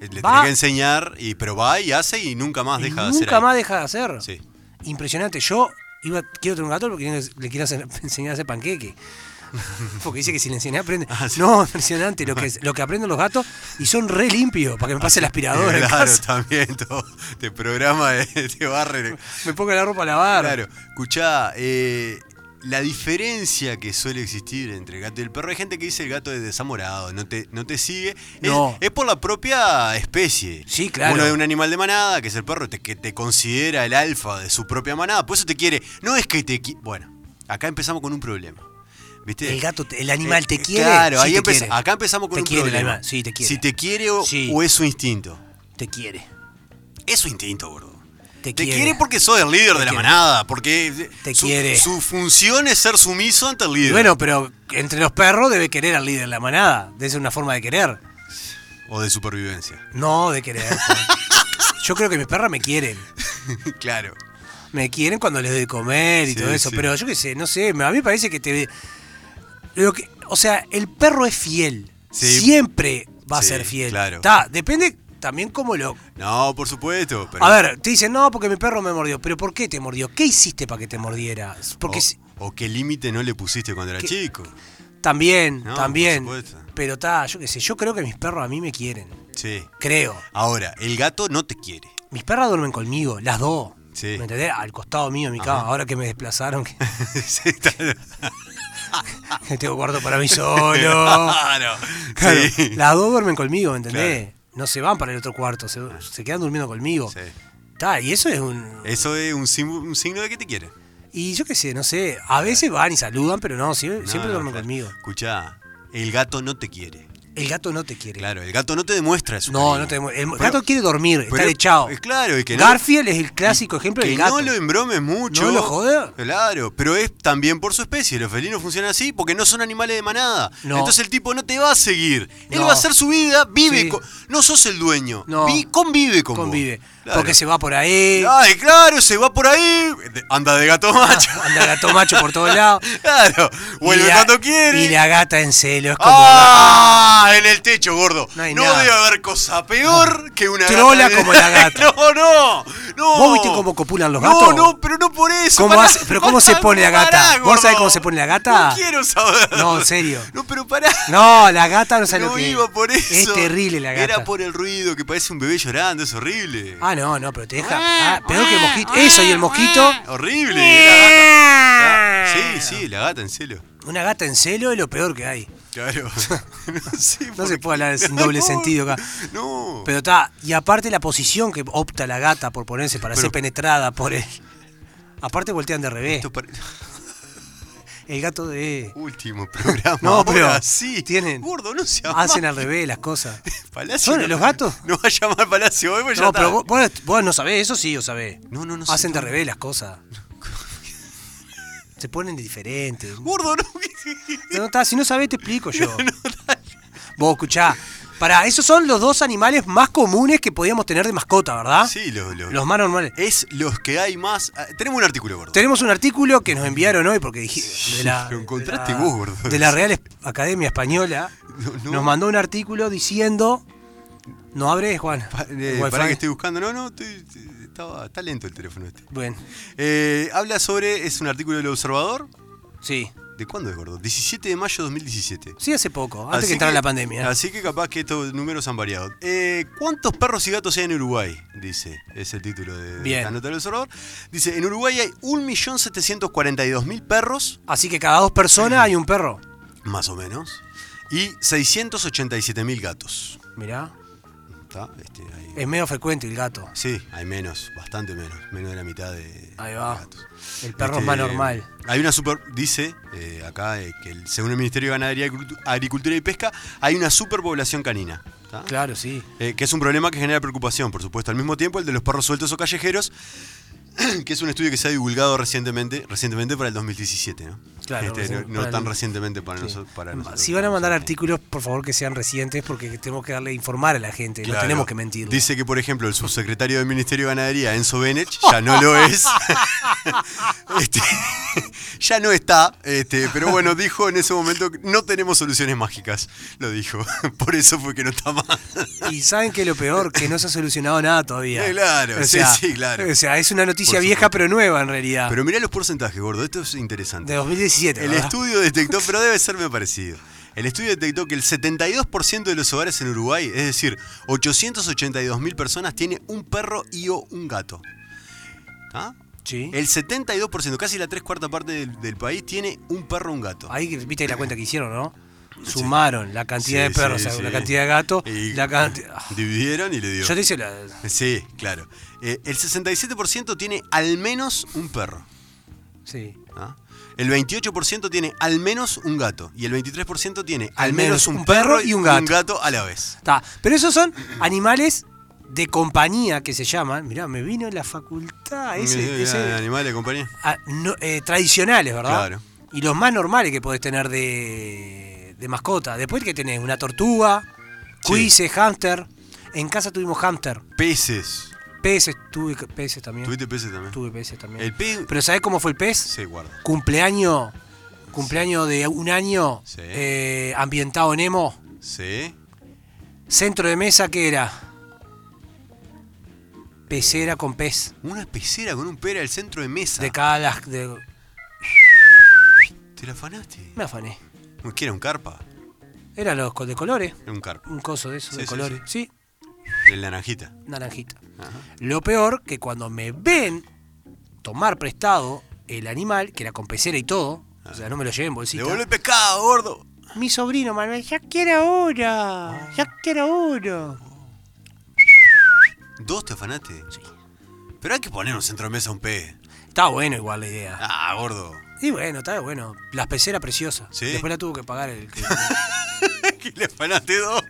Speaker 4: Le tiene
Speaker 5: Va.
Speaker 4: que enseñar, y, pero va y hace y nunca más deja de hacer.
Speaker 5: nunca
Speaker 4: ahí.
Speaker 5: más deja de hacer.
Speaker 4: Sí.
Speaker 5: Impresionante. Yo iba, quiero tener un gato porque le quiero hacer- enseñar a hacer panqueque. Porque dice que si le enseñé aprende.
Speaker 4: Ah, sí.
Speaker 5: No, impresionante lo que, lo que aprenden los gatos y son re limpios para que me pase la aspiradora. en
Speaker 4: Claro,
Speaker 5: casa.
Speaker 4: también. Todo, te programa, eh, te barre.
Speaker 5: Me pongo la ropa a lavar.
Speaker 4: Claro. Escuchá, eh, la diferencia que suele existir entre el gato y el perro, hay gente que dice el gato es desamorado, no te, no te sigue. Es-
Speaker 5: No.
Speaker 4: Es, por la propia especie.
Speaker 5: Sí, claro.
Speaker 4: Uno es un animal de manada, que es el perro, te- que te considera el alfa de su propia manada, por eso te quiere. No es que te... qui- Bueno, acá empezamos con un problema. ¿Viste?
Speaker 5: El gato, te- el animal te
Speaker 4: Eh,
Speaker 5: quiere.
Speaker 4: Claro,
Speaker 5: Sí,
Speaker 4: ahí
Speaker 5: te
Speaker 4: empeza-
Speaker 5: quiere.
Speaker 4: acá empezamos con
Speaker 5: Te
Speaker 4: un
Speaker 5: quiere el
Speaker 4: problema.
Speaker 5: animal, sí, te quiere.
Speaker 4: Si te quiere o,
Speaker 5: Sí.
Speaker 4: o es su instinto.
Speaker 5: Te quiere.
Speaker 4: Es su instinto, gordo.
Speaker 5: Te
Speaker 4: Te
Speaker 5: quiere.
Speaker 4: quiere porque sos el líder de la
Speaker 5: quiere.
Speaker 4: manada, porque
Speaker 5: Te
Speaker 4: su,
Speaker 5: quiere.
Speaker 4: su función es ser sumiso ante el
Speaker 5: Y
Speaker 4: líder.
Speaker 5: bueno, pero entre los perros debe querer al líder de la manada. Debe ser una forma de querer.
Speaker 4: o de supervivencia.
Speaker 5: No, de querer. Yo creo que mis perras me quieren.
Speaker 4: claro.
Speaker 5: Me quieren cuando les doy de comer y
Speaker 4: Sí,
Speaker 5: todo eso.
Speaker 4: sí.
Speaker 5: Pero yo qué sé, no sé. A mí me parece que te. lo que- o sea, el perro es fiel.
Speaker 4: Sí.
Speaker 5: Siempre va a
Speaker 4: Sí,
Speaker 5: ser fiel.
Speaker 4: claro.
Speaker 5: Ta, depende también cómo lo.
Speaker 4: No, por supuesto. Pero,
Speaker 5: A ver, te dicen, no, porque mi perro me mordió. ¿Pero por qué te mordió? ¿Qué hiciste para que te mordiera? Porque
Speaker 4: o,
Speaker 5: si-
Speaker 4: o qué límite no le pusiste cuando era
Speaker 5: ¿Qué-
Speaker 4: chico.
Speaker 5: también,
Speaker 4: No, por
Speaker 5: también.
Speaker 4: supuesto.
Speaker 5: Pero ta, yo qué sé. Yo creo que mis perros a mí me quieren.
Speaker 4: Sí.
Speaker 5: Creo.
Speaker 4: Ahora, el gato no te quiere.
Speaker 5: Mis perras duermen conmigo, las dos.
Speaker 4: Sí.
Speaker 5: ¿Me entendés? Al costado mío, en mi cama. Ahora que me desplazaron, que,
Speaker 4: Sí, está-
Speaker 5: que tengo cuarto para mí solo.
Speaker 4: Claro.
Speaker 5: Claro,
Speaker 4: Sí.
Speaker 5: Las dos duermen conmigo, ¿me entendés? No se van para el otro cuarto, se, se quedan durmiendo conmigo.
Speaker 4: Sí. Eh.
Speaker 5: Ta, y eso es un.
Speaker 4: Eso es un, sim- un signo de que te quiere.
Speaker 5: Y yo qué sé, no sé. A veces van y saludan, pero no, siempre, siempre duermen conmigo.
Speaker 4: Escucha, el gato no te quiere.
Speaker 5: El gato no te quiere.
Speaker 4: Claro, el gato no te demuestra eso.
Speaker 5: No, no te demu- El gato quiere dormir, está
Speaker 4: pero-
Speaker 5: echado.
Speaker 4: eh, claro, y que no-
Speaker 5: Garfield es el clásico ejemplo
Speaker 4: Que
Speaker 5: del gato.
Speaker 4: no lo embromes mucho.
Speaker 5: No lo jodas.
Speaker 4: Claro, pero es también por su especie. Los felinos funcionan así porque no son animales de manada.
Speaker 5: No.
Speaker 4: Entonces el tipo no te va a seguir. Él
Speaker 5: No.
Speaker 4: va a hacer su vida, vive.
Speaker 5: Sí.
Speaker 4: con- no sos el dueño.
Speaker 5: No.
Speaker 4: Vi- convive con vos.
Speaker 5: Convive.
Speaker 4: Claro.
Speaker 5: Porque se va por ahí.
Speaker 4: Ay, claro, se va por ahí. de- Anda de gato macho.
Speaker 5: Anda gato macho por todos lados.
Speaker 4: Claro, vuelve
Speaker 5: Y la-
Speaker 4: cuando quiere.
Speaker 5: Y la gata en celo. Es como.
Speaker 4: ¡Ah! En el techo, gordo.
Speaker 5: No
Speaker 4: No,
Speaker 5: hay nada.
Speaker 4: debe haber cosa peor que una
Speaker 5: Trola
Speaker 4: gata.
Speaker 5: como la gata.
Speaker 4: no, no, no.
Speaker 5: ¿Vos viste cómo copulan los
Speaker 4: No,
Speaker 5: gatos?
Speaker 4: no, pero no por eso.
Speaker 5: ¿Cómo
Speaker 4: pará,
Speaker 5: hace- pero cómo
Speaker 4: pará,
Speaker 5: se pone la gata?
Speaker 4: pará,
Speaker 5: ¿Vos
Speaker 4: gordo.
Speaker 5: sabés cómo se pone la gata?
Speaker 4: No quiero saber.
Speaker 5: No, en serio.
Speaker 4: No, pero pará.
Speaker 5: No, la gata no sale
Speaker 4: No iba por eso.
Speaker 5: Es terrible la gata.
Speaker 4: Era por el ruido que parece un bebé llorando, es horrible.
Speaker 5: Ah, no, no, pero te deja. Ah, peor que el mosquito. Eso y el mosquito.
Speaker 4: Horrible. era
Speaker 5: Eh.
Speaker 4: gata. Ah, Sí, sí, la gata en celo.
Speaker 5: Una gata en celo es lo peor que hay.
Speaker 4: Claro. no sé
Speaker 5: No
Speaker 4: por
Speaker 5: se
Speaker 4: qué.
Speaker 5: puede hablar sin doble
Speaker 4: No,
Speaker 5: sentido acá.
Speaker 4: No.
Speaker 5: Pero está. Y aparte la posición que opta la gata por ponerse para ser
Speaker 4: Pero-
Speaker 5: penetrada por él. Aparte voltean de revés.
Speaker 4: Esto pare-
Speaker 5: El gato de.
Speaker 4: Último programa.
Speaker 5: No, pero
Speaker 4: ahora sí.
Speaker 5: tienen-
Speaker 4: Gordo, no se llama.
Speaker 5: Hacen al revés las cosas.
Speaker 4: Palacio.
Speaker 5: ¿Son
Speaker 4: no-
Speaker 5: los gatos?
Speaker 4: No va a llamar Palacio hoy, pues ya
Speaker 5: No, pero
Speaker 4: está.
Speaker 5: vos, vos- vos no sabés, eso sí, yo sabés.
Speaker 4: No, no, no sé,
Speaker 5: Hacen de
Speaker 4: no.
Speaker 5: revés las cosas. Se ponen de diferente.
Speaker 4: Gordo, no.
Speaker 5: No, está, si no sabés, te explico yo. Vos escuchá. Pará, esos son los dos animales más comunes que podíamos tener de mascota, ¿verdad?
Speaker 4: sí, los, los,
Speaker 5: Ah. Los más normales.
Speaker 4: Es los que hay más. ah, Tenemos un artículo, gordo.
Speaker 5: Tenemos un artículo que nos enviaron hoy porque dije. De la,
Speaker 4: Lo encontraste
Speaker 5: de la-
Speaker 4: vos, gordo.
Speaker 5: De la Real Es- Academia Española.
Speaker 4: No, no.
Speaker 5: Nos mandó un artículo diciendo. No abres, Juan.
Speaker 4: Pa- eh,
Speaker 5: el wifi.
Speaker 4: pará que estoy buscando. No, no, estoy- estoy- estaba, está lento el teléfono este.
Speaker 5: Bueno,
Speaker 4: Eh, habla sobre. Es un artículo del Observador.
Speaker 5: sí.
Speaker 4: ¿De cuándo es, gordo? 17 de mayo de 2017.
Speaker 5: Sí, hace poco, antes
Speaker 4: Así
Speaker 5: que entrara la pandemia.
Speaker 4: Así que capaz que estos números han variado. Eh, ¿Cuántos perros y gatos hay en Uruguay? Dice, es el título de, de
Speaker 5: Bien.
Speaker 4: la nota del observador. Dice, en Uruguay hay 1.742.000 perros,
Speaker 5: Así que cada dos personas hay un perro.
Speaker 4: más o menos, y 687.000 gatos.
Speaker 5: Mirá.
Speaker 4: ¿Está? Este, hay-
Speaker 5: Es medio frecuente el gato.
Speaker 4: Sí, hay menos, bastante menos, menos de la mitad de
Speaker 5: Ahí va.
Speaker 4: de gatos.
Speaker 5: El perro es más
Speaker 4: Este,
Speaker 5: normal.
Speaker 4: Hay una super, dice eh, acá eh, que el- según el Ministerio de Ganadería, Agricultu- Agricultura y Pesca, hay una superpoblación canina. ¿tá?
Speaker 5: Claro, sí.
Speaker 4: Eh, que es un problema que genera preocupación, por supuesto. Al mismo tiempo, el de los perros sueltos o callejeros, que es un estudio que se ha divulgado recientemente, recientemente para el 2017, ¿no?
Speaker 5: Claro,
Speaker 4: Este,
Speaker 5: recién-
Speaker 4: no, no
Speaker 5: para
Speaker 4: tan
Speaker 5: el-
Speaker 4: recientemente para,
Speaker 5: Sí.
Speaker 4: noso- para nosotros.
Speaker 5: Si van a mandar artículos, por favor que sean recientes porque tenemos que darle informar a la gente. No
Speaker 4: Claro.
Speaker 5: tenemos que mentir.
Speaker 4: Dice que, por ejemplo, el subsecretario del Ministerio de Ganadería, Enzo Benet, ya no lo es. Este, ya no está. este, pero bueno, dijo en ese momento, no tenemos soluciones mágicas. Lo dijo. Por eso fue que no está más.
Speaker 5: Y saben que lo peor, que no se ha solucionado nada todavía.
Speaker 4: Eh, claro, sí, sí, claro.
Speaker 5: O sea, es una noticia
Speaker 4: Por
Speaker 5: vieja pero nueva en realidad.
Speaker 4: Pero mirá los porcentajes, gordo. Esto es interesante.
Speaker 5: de 2017.
Speaker 4: El
Speaker 5: ¿verdad?
Speaker 4: estudio detectó, pero debe serme parecido. El estudio detectó que el 72% de los hogares en Uruguay, es decir, 882.000 personas, tiene un perro y o un gato. ¿Ah?
Speaker 5: Sí.
Speaker 4: El 72%, casi la tres cuarta parte del, del país, tiene un perro o un gato.
Speaker 5: Ahí viste la cuenta que hicieron, ¿no? Sumaron la
Speaker 4: Sí,
Speaker 5: cantidad de perros,
Speaker 4: sí,
Speaker 5: o sea,
Speaker 4: sí.
Speaker 5: la cantidad de gatos,
Speaker 4: Y-
Speaker 5: la cantidad. Ah,
Speaker 4: Dividieron y le dio.
Speaker 5: Yo te hice la.
Speaker 4: Sí, claro. Eh, el 67% tiene al menos un perro.
Speaker 5: Sí.
Speaker 4: ¿ah? El 28% tiene al menos un gato. Y el 23% tiene al,
Speaker 5: Al
Speaker 4: menos, un, perro y un gato. a la vez.
Speaker 5: Está. Pero esos son animales de compañía que se llaman. Mirá, me vino la facultad.
Speaker 4: Ese,
Speaker 5: Ese, ese-
Speaker 4: animal de compañía.
Speaker 5: ah, no, eh, tradicionales, ¿verdad?
Speaker 4: Claro.
Speaker 5: Y los más normales que podés tener de, de mascota. Después que tenés una tortuga,
Speaker 4: Sí.
Speaker 5: cuises, hámster. En casa tuvimos hámster.
Speaker 4: Peces.
Speaker 5: Peces, tuve peces también.
Speaker 4: ¿Tuviste peces también?
Speaker 5: Tuve peces también.
Speaker 4: El pez
Speaker 5: Pero ¿sabés cómo fue el pez?
Speaker 4: se guarda.
Speaker 5: cumpleaños, cumpleaños de un año,
Speaker 4: Sí.
Speaker 5: eh, ambientado en emo,
Speaker 4: Sí.
Speaker 5: centro de mesa que era pecera con pez
Speaker 4: Una pecera con un pera al centro de mesa.
Speaker 5: de cada las- de-
Speaker 4: ¿Te la afanaste?
Speaker 5: me afané.
Speaker 4: ¿Qué era un carpa?
Speaker 5: Eran los co- de colores,
Speaker 4: Era un carpa.
Speaker 5: un coso de esos
Speaker 4: Sí,
Speaker 5: de
Speaker 4: sí,
Speaker 5: colores, sí,
Speaker 4: El naranjita.
Speaker 5: naranjita.
Speaker 4: Ajá.
Speaker 5: Lo peor que cuando me ven tomar prestado el animal, que era con pecera y todo, o sea, no me lo lleven en bolsita.
Speaker 4: Devuelve el pescado, gordo.
Speaker 5: Mi sobrino Manuel, ya quiero uno,
Speaker 4: Ah.
Speaker 5: ya quiero uno.
Speaker 4: ¿Dos te afanaste?
Speaker 5: Sí.
Speaker 4: Pero hay que poner un centro de mesa a un pez.
Speaker 5: Está bueno igual la idea.
Speaker 4: Ah, gordo.
Speaker 5: Y bueno, está bueno. Las peceras preciosas.
Speaker 4: Sí.
Speaker 5: Después la tuvo que pagar el.
Speaker 4: que le afanaste dos.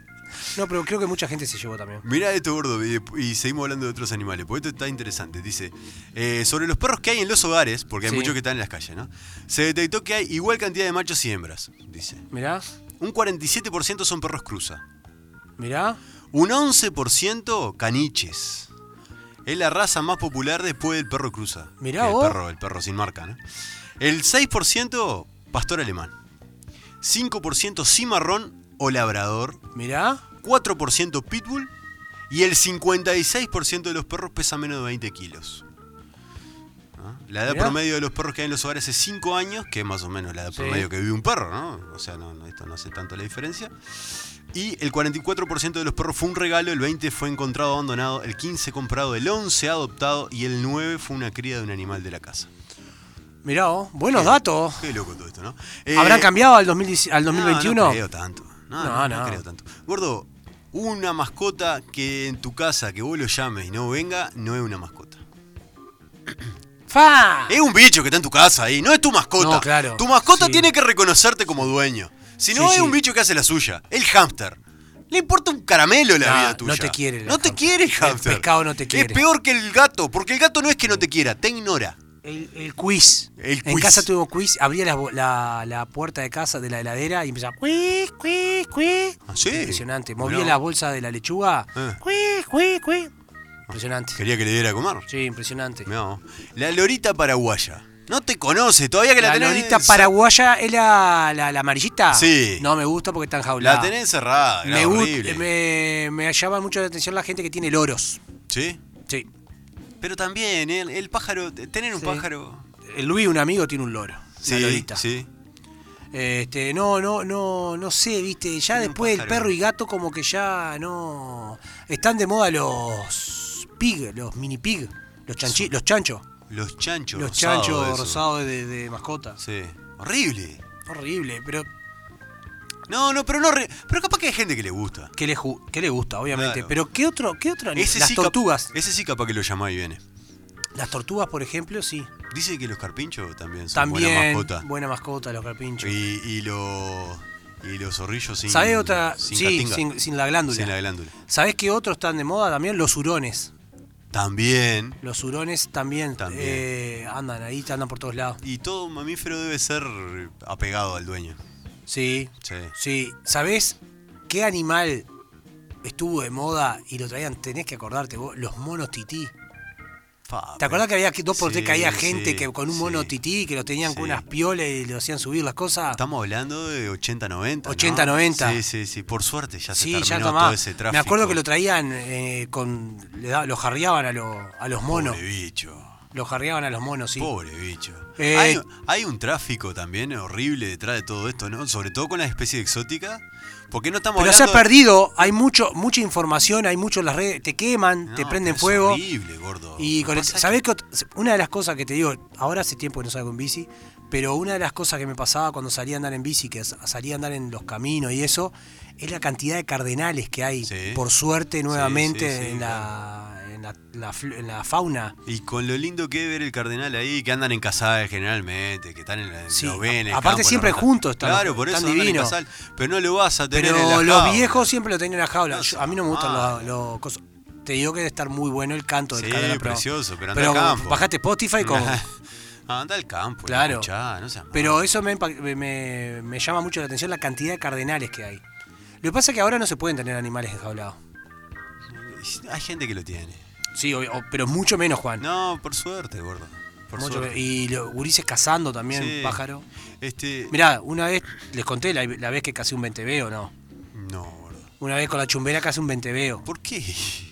Speaker 5: No, pero creo que mucha gente se llevó también.
Speaker 4: Mira esto, gordo, y, y seguimos hablando de otros animales, porque esto está interesante. Dice, eh, sobre los perros que hay en los hogares, porque hay
Speaker 5: Sí.
Speaker 4: muchos que están en las calles, ¿no? Se detectó que hay igual cantidad de machos y hembras, dice.
Speaker 5: Mirá,
Speaker 4: Un 47% son perros cruza.
Speaker 5: mirá.
Speaker 4: Un 11% caniches. Es la raza más popular después del perro cruza.
Speaker 5: Mirá
Speaker 4: que el
Speaker 5: vos.
Speaker 4: perro, el perro sin marca, ¿no? El 6% pastor alemán. 5% cimarrón o labrador.
Speaker 5: Mirá.
Speaker 4: 4% pitbull. Y el 56% de los perros pesa menos de 20 kilos. ¿No? La edad
Speaker 5: Mirá.
Speaker 4: promedio de los perros que hay en los hogares es 5 años, que es más o menos la edad
Speaker 5: Sí.
Speaker 4: promedio que vive un perro, ¿no? O sea, no, no- esto no hace tanto la diferencia. Y el 44% de los perros fue un regalo, el 20% fue encontrado abandonado, el 15% comprado, el 11% adoptado y el 9% fue una cría de un animal de la casa.
Speaker 5: Mirá, vos. buenos datos.
Speaker 4: Qué loco todo esto, ¿no?
Speaker 5: ¿Habrán
Speaker 4: Eh,
Speaker 5: cambiado al, 2010 al 2021?
Speaker 4: no, no creo tanto. No, no,
Speaker 5: No,
Speaker 4: no
Speaker 5: no.
Speaker 4: creo tanto. Gordo, una mascota que en tu casa, que vos lo llames y no venga, no es una mascota.
Speaker 5: ¡Fa!
Speaker 4: Es un bicho que está en tu casa ahí, no es tu mascota.
Speaker 5: No, claro.
Speaker 4: Tu mascota
Speaker 5: Sí.
Speaker 4: tiene que reconocerte como dueño. Si no,
Speaker 5: Sí,
Speaker 4: es
Speaker 5: sí.
Speaker 4: un bicho que hace la suya. El hámster. Le importa un caramelo la
Speaker 5: No,
Speaker 4: vida
Speaker 5: no
Speaker 4: tuya.
Speaker 5: te quiere el
Speaker 4: No te
Speaker 5: hámster.
Speaker 4: quiere el
Speaker 5: El
Speaker 4: hámster.
Speaker 5: pescado no te
Speaker 4: Es
Speaker 5: quiere.
Speaker 4: peor que el gato, porque el gato no es que no te quiera, te ignora.
Speaker 5: El, el quiz.
Speaker 4: El
Speaker 5: en
Speaker 4: quiz.
Speaker 5: casa tuvimos quiz, abría la, bo- la- la puerta de casa de la heladera y empezaba quiz, quiz, quiz.
Speaker 4: ¿Ah, sí?
Speaker 5: Impresionante. Movía
Speaker 4: Mirá.
Speaker 5: la bolsa de la lechuga.
Speaker 4: Eh.
Speaker 5: Quiz, quiz, quiz. Impresionante.
Speaker 4: Quería que le diera a comer.
Speaker 5: Sí, impresionante.
Speaker 4: No. La lorita paraguaya. No te conoce, todavía que la,
Speaker 5: La
Speaker 4: tenés.
Speaker 5: lorita paraguaya es la, la, la amarillita.
Speaker 4: Sí.
Speaker 5: No me gusta porque está enjaulada.
Speaker 4: La tenés encerrada, era
Speaker 5: me, gust-
Speaker 4: horrible.
Speaker 5: me, me llama mucho la atención la gente que tiene loros.
Speaker 4: Sí.
Speaker 5: Sí.
Speaker 4: Pero también, el, el pájaro, tener un
Speaker 5: Sí.
Speaker 4: pájaro.
Speaker 5: El Luis, un amigo, tiene un loro.
Speaker 4: Sí,
Speaker 5: una lorita.
Speaker 4: sí.
Speaker 5: Este, no, no, no, no sé, viste. Ya
Speaker 4: Tiene un
Speaker 5: después del
Speaker 4: pájaro.
Speaker 5: perro y gato, como que ya no. Están de moda los pig, los mini pig, los, chanchi, los chanchos.
Speaker 4: Los chanchos.
Speaker 5: Los
Speaker 4: rosados
Speaker 5: chanchos
Speaker 4: esos.
Speaker 5: rosados de, de mascotas.
Speaker 4: Sí. Horrible.
Speaker 5: Horrible, pero
Speaker 4: No, no, pero no. re- pero capaz que hay gente que le gusta.
Speaker 5: Que le, ju- que le gusta, obviamente.
Speaker 4: Claro.
Speaker 5: Pero ¿qué otro, qué otro animal?
Speaker 4: Ese
Speaker 5: Las
Speaker 4: sí cap-
Speaker 5: tortugas.
Speaker 4: Ese sí capaz que lo llama y viene.
Speaker 5: Las tortugas, por ejemplo, sí.
Speaker 4: Dice que los carpinchos también son buena
Speaker 5: También.
Speaker 4: mascota.
Speaker 5: Buena mascota, los carpinchos.
Speaker 4: Y, y, los- y los zorrillos sin.
Speaker 5: ¿Sabés otra?
Speaker 4: Sin
Speaker 5: sí,
Speaker 4: catinga.
Speaker 5: sin, sin la glándula.
Speaker 4: Sin la glándula.
Speaker 5: ¿Sabés qué otros están de moda también? Los hurones.
Speaker 4: También.
Speaker 5: Los hurones también,
Speaker 4: También.
Speaker 5: eh, andan ahí, andan por todos lados.
Speaker 4: Y todo mamífero debe ser apegado al dueño.
Speaker 5: Sí,
Speaker 4: Sí.
Speaker 5: sí. ¿Sabés qué animal estuvo de moda y lo traían? Tenés que acordarte vos, los monos tití.
Speaker 4: Fa,
Speaker 5: ¿Te acordás que había que dos por
Speaker 4: Sí,
Speaker 5: tres caía gente
Speaker 4: sí,
Speaker 5: que con un mono
Speaker 4: sí.
Speaker 5: tití que lo tenían con
Speaker 4: Sí.
Speaker 5: unas piolas y lo hacían subir las cosas?
Speaker 4: Estamos hablando de 80, 90.
Speaker 5: 80, 90.
Speaker 4: Sí, sí, sí. Por suerte ya se
Speaker 5: Sí,
Speaker 4: terminó
Speaker 5: ya
Speaker 4: todo
Speaker 5: tomaba.
Speaker 4: ese tráfico.
Speaker 5: Me acuerdo que lo traían eh, con. le da- lo jarreaban a, lo- a los monos.
Speaker 4: Pobre bicho.
Speaker 5: Lo jarreaban a los monos, sí.
Speaker 4: Pobre bicho.
Speaker 5: Eh,
Speaker 4: hay, hay un tráfico también horrible detrás de todo esto, ¿no? Sobre todo con las especies exóticas. Porque no estamos
Speaker 5: Pero se ha
Speaker 4: hablando.
Speaker 5: perdido, hay mucho, mucha información, hay mucho en las redes, te queman,
Speaker 4: No,
Speaker 5: te
Speaker 4: pero
Speaker 5: prenden
Speaker 4: es
Speaker 5: fuego.
Speaker 4: horrible, gordo.
Speaker 5: Y
Speaker 4: Lo
Speaker 5: con el-
Speaker 4: pasa
Speaker 5: ¿sabés qué ot- Una de las cosas que te digo, ahora hace tiempo que no salgo en bici, pero una de las cosas que me pasaba cuando salía a andar en bici, que s- salía a andar en los caminos y eso, es la cantidad de cardenales que hay,
Speaker 4: Sí.
Speaker 5: por suerte, nuevamente
Speaker 4: sí, sí,
Speaker 5: en, la, en, la, la fl- en la fauna.
Speaker 4: Y con lo lindo que es ver el cardenal ahí, que andan en casal generalmente, que están en la
Speaker 5: Sí,
Speaker 4: lo ven en el
Speaker 5: a- aparte
Speaker 4: campo, en
Speaker 5: siempre
Speaker 4: la-
Speaker 5: juntos están los-
Speaker 4: Claro, por
Speaker 5: están
Speaker 4: eso andan en
Speaker 5: divinos.
Speaker 4: casal. Pero no lo vas a tener en la
Speaker 5: Pero los
Speaker 4: jaula.
Speaker 5: viejos siempre lo tenían en la jaula.
Speaker 4: No
Speaker 5: Yo-
Speaker 4: seas
Speaker 5: a mí no me gustan los,
Speaker 4: malo.
Speaker 5: los cosas. Te digo que debe estar muy bueno el canto del
Speaker 4: Sí,
Speaker 5: cardenal, pero-
Speaker 4: precioso, pero anda
Speaker 5: pero
Speaker 4: al campo.
Speaker 5: bajate Spotify con...
Speaker 4: Ah, anda al campo,
Speaker 5: Claro.
Speaker 4: claro. no seas
Speaker 5: Pero
Speaker 4: malo.
Speaker 5: eso me, impa- me- me llama mucho la atención la cantidad de cardenales que hay. Lo que pasa es que ahora no se pueden tener animales enjaulados.
Speaker 4: Hay gente que lo tiene.
Speaker 5: Sí, obvio, o- pero mucho menos, Juan.
Speaker 4: No, por suerte, gordo. Por
Speaker 5: Mucho
Speaker 4: suerte.
Speaker 5: menos. Y los gurises cazando también,
Speaker 4: Sí.
Speaker 5: pájaro.
Speaker 4: Este.
Speaker 5: Mirá, una vez, les conté la, la vez que casi un 20 veo, ¿no?
Speaker 4: No, gordo.
Speaker 5: Una vez con la chumbera casi un 20 veo.
Speaker 4: ¿Por qué?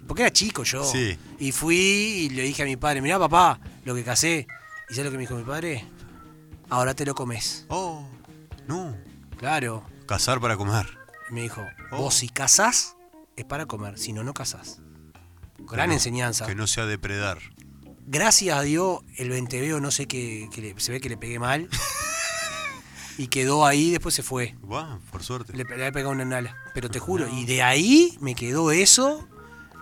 Speaker 5: Porque era chico yo.
Speaker 4: Sí.
Speaker 5: Y fui y le dije a mi padre, mirá papá, lo que casé. ¿Y sabes lo que me dijo mi padre? Ahora te lo comes.
Speaker 4: Oh, no.
Speaker 5: Claro.
Speaker 4: Cazar para comer.
Speaker 5: Y me dijo,
Speaker 4: Oh.
Speaker 5: vos si casás, es para comer, si no, no casás. Gran
Speaker 4: Que no-
Speaker 5: enseñanza.
Speaker 4: Que no sea depredar.
Speaker 5: Gracias a Dios, el 20 veo, no sé qué, que le- se ve que le pegué mal. y quedó ahí, después se fue.
Speaker 4: Buah, por suerte.
Speaker 5: Le, pe- le había pegado una nala. Pero te juro, y de ahí me quedó eso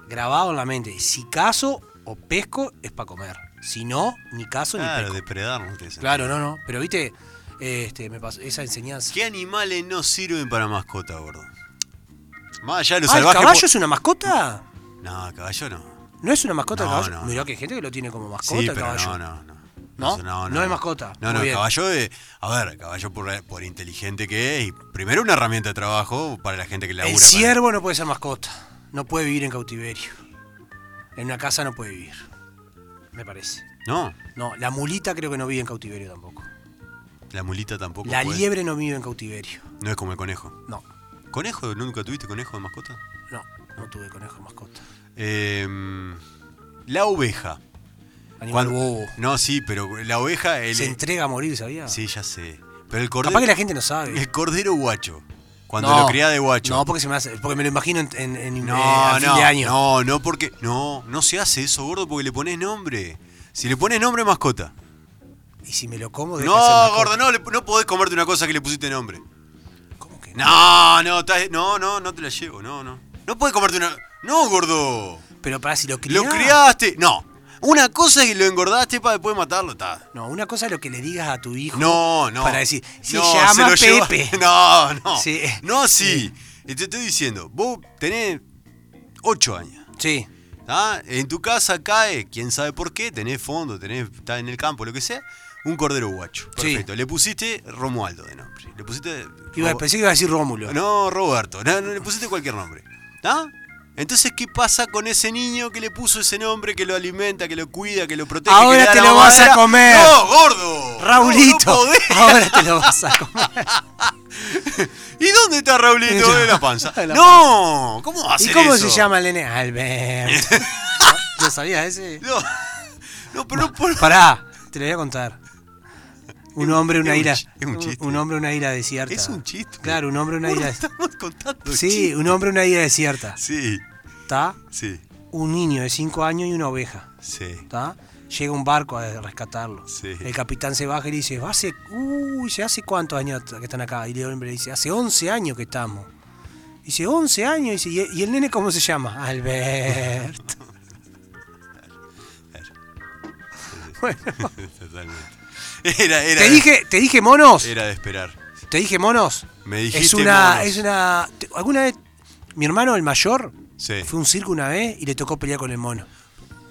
Speaker 5: grabado en la mente. Si caso o pesco, es para comer. Si no, ni caso ni
Speaker 4: Claro,
Speaker 5: pesco.
Speaker 4: depredar no te
Speaker 5: Claro, no, no. Pero viste, este, me pasó esa enseñanza.
Speaker 4: ¿Qué animales no sirven para mascota, gordo? Más allá de los
Speaker 5: Ah, ¿El
Speaker 4: salvajes.
Speaker 5: caballo
Speaker 4: po-
Speaker 5: es una mascota?
Speaker 4: No, caballo no.
Speaker 5: ¿No es una mascota el
Speaker 4: No,
Speaker 5: caballo?
Speaker 4: no.
Speaker 5: Mirá que hay gente que lo tiene como mascota
Speaker 4: Sí,
Speaker 5: el
Speaker 4: pero no,
Speaker 5: caballo.
Speaker 4: no, no.
Speaker 5: ¿No? No es mascota.
Speaker 4: No,
Speaker 5: Muy
Speaker 4: no,
Speaker 5: bien.
Speaker 4: caballo es. A ver, caballo por, por inteligente que es. Y primero una herramienta de trabajo para la gente que labura.
Speaker 5: El
Speaker 4: con él.
Speaker 5: ciervo no puede ser mascota. No puede vivir en cautiverio. En una casa no puede vivir. Me parece.
Speaker 4: No,
Speaker 5: No, la mulita creo que no vive en cautiverio tampoco.
Speaker 4: la mulita tampoco.
Speaker 5: La
Speaker 4: puede.
Speaker 5: liebre no vive en cautiverio.
Speaker 4: No es como el conejo.
Speaker 5: No,
Speaker 4: ¿Conejo? ¿Nunca tuviste conejo de mascota?
Speaker 5: no, no tuve conejo de mascota.
Speaker 4: Em, la oveja.
Speaker 5: Animal
Speaker 4: Cuando-
Speaker 5: bobo.
Speaker 4: No, sí, pero la oveja. El, e-
Speaker 5: Se entrega a morir, ¿sabía?
Speaker 4: Sí, ya sé. Pero el
Speaker 5: Capaz
Speaker 4: cordero.
Speaker 5: que la gente no sabe.
Speaker 4: El cordero guacho. Cuando
Speaker 5: No,
Speaker 4: lo cría de guacho.
Speaker 5: No, porque se me hace, porque me lo imagino en, en, en- eh,
Speaker 4: no,
Speaker 5: a fin
Speaker 4: no,
Speaker 5: de año.
Speaker 4: no, no, porque no, no se hace eso, gordo, porque le pones nombre. Si le pones nombre, mascota.
Speaker 5: Y si me lo como, deja de ser
Speaker 4: No,
Speaker 5: mascota.
Speaker 4: gordo, no, le- no podés comerte una cosa que le pusiste nombre.
Speaker 5: ¿Cómo que no?
Speaker 4: No, no, estás- no, no, no te la llevo, no, no. No podés comerte una. No, gordo.
Speaker 5: Pero para si lo criás.
Speaker 4: Lo criaste. No. Una cosa es que lo engordaste para después matarlo, está.
Speaker 5: No, una cosa es lo que le digas a tu hijo.
Speaker 4: No, no.
Speaker 5: Para decir, se
Speaker 4: No,
Speaker 5: llama
Speaker 4: lo lleva-
Speaker 5: Pepe.
Speaker 4: No, no.
Speaker 5: Sí.
Speaker 4: No, sí. Y Te estoy diciendo, vos tenés 8 años.
Speaker 5: Sí.
Speaker 4: ¿tá? En tu casa cae, quién sabe por qué, tenés fondo, tenés, está en el campo, lo que sea, un cordero guacho.
Speaker 5: Sí.
Speaker 4: Perfecto. Le pusiste Romualdo de nombre. Le pusiste.
Speaker 5: Iba,
Speaker 4: Robo-
Speaker 5: pensé que iba a decir Rómulo.
Speaker 4: no, Roberto. No, no, le pusiste cualquier nombre. ¿tá? Entonces, ¿qué pasa con ese niño que le puso ese nombre, que lo alimenta, que lo cuida, que lo protege?
Speaker 5: Ahora
Speaker 4: que le da
Speaker 5: te
Speaker 4: la
Speaker 5: lo vas a
Speaker 4: mamadera?
Speaker 5: comer.
Speaker 4: ¡No, gordo! No,
Speaker 5: Raulito,
Speaker 4: no podés.
Speaker 5: ahora te lo vas a comer.
Speaker 4: ¿Y dónde está Raulito?
Speaker 5: Ella-
Speaker 4: En la panza.
Speaker 5: En la
Speaker 4: ¡No! ¿Cómo va a
Speaker 5: ¿Y
Speaker 4: ser
Speaker 5: cómo
Speaker 4: eso?
Speaker 5: se llama el nene? Albert. ¿Lo sabías ese?
Speaker 4: No, no pero no por...
Speaker 5: Pará, te lo voy a contar. Un hombre, una
Speaker 4: es un
Speaker 5: ira.
Speaker 4: chi- es un chiste.
Speaker 5: Un hombre, una ira desierta.
Speaker 4: Es un chiste.
Speaker 5: Claro, un hombre, una
Speaker 4: Gordo,
Speaker 5: ira.
Speaker 4: Estamos contando
Speaker 5: Sí,
Speaker 4: chistes.
Speaker 5: un hombre, una ira desierta.
Speaker 4: Sí,
Speaker 5: ¿Está?
Speaker 4: sí,
Speaker 5: Un niño de 5 años y una oveja.
Speaker 4: sí.
Speaker 5: ¿Está? Llega un barco a rescatarlo.
Speaker 4: Sí.
Speaker 5: El capitán se baja y le dice, hace, uy, ¿se hace cuántos años que están acá? Y el hombre le dice, hace 11 años que estamos. Dice, 11 años. Dice, "¿Y- ¿y el nene cómo se llama? Alberto.
Speaker 4: Totalmente. Era, era,
Speaker 5: ¿Te dije, te dije monos?
Speaker 4: era de esperar.
Speaker 5: ¿Te dije monos?
Speaker 4: Me
Speaker 5: es
Speaker 4: dijiste
Speaker 5: una,
Speaker 4: monos.
Speaker 5: es una. te- ¿Alguna vez? Mi hermano, el mayor,
Speaker 4: Sí.
Speaker 5: fue a un circo una vez y le tocó pelear con el mono.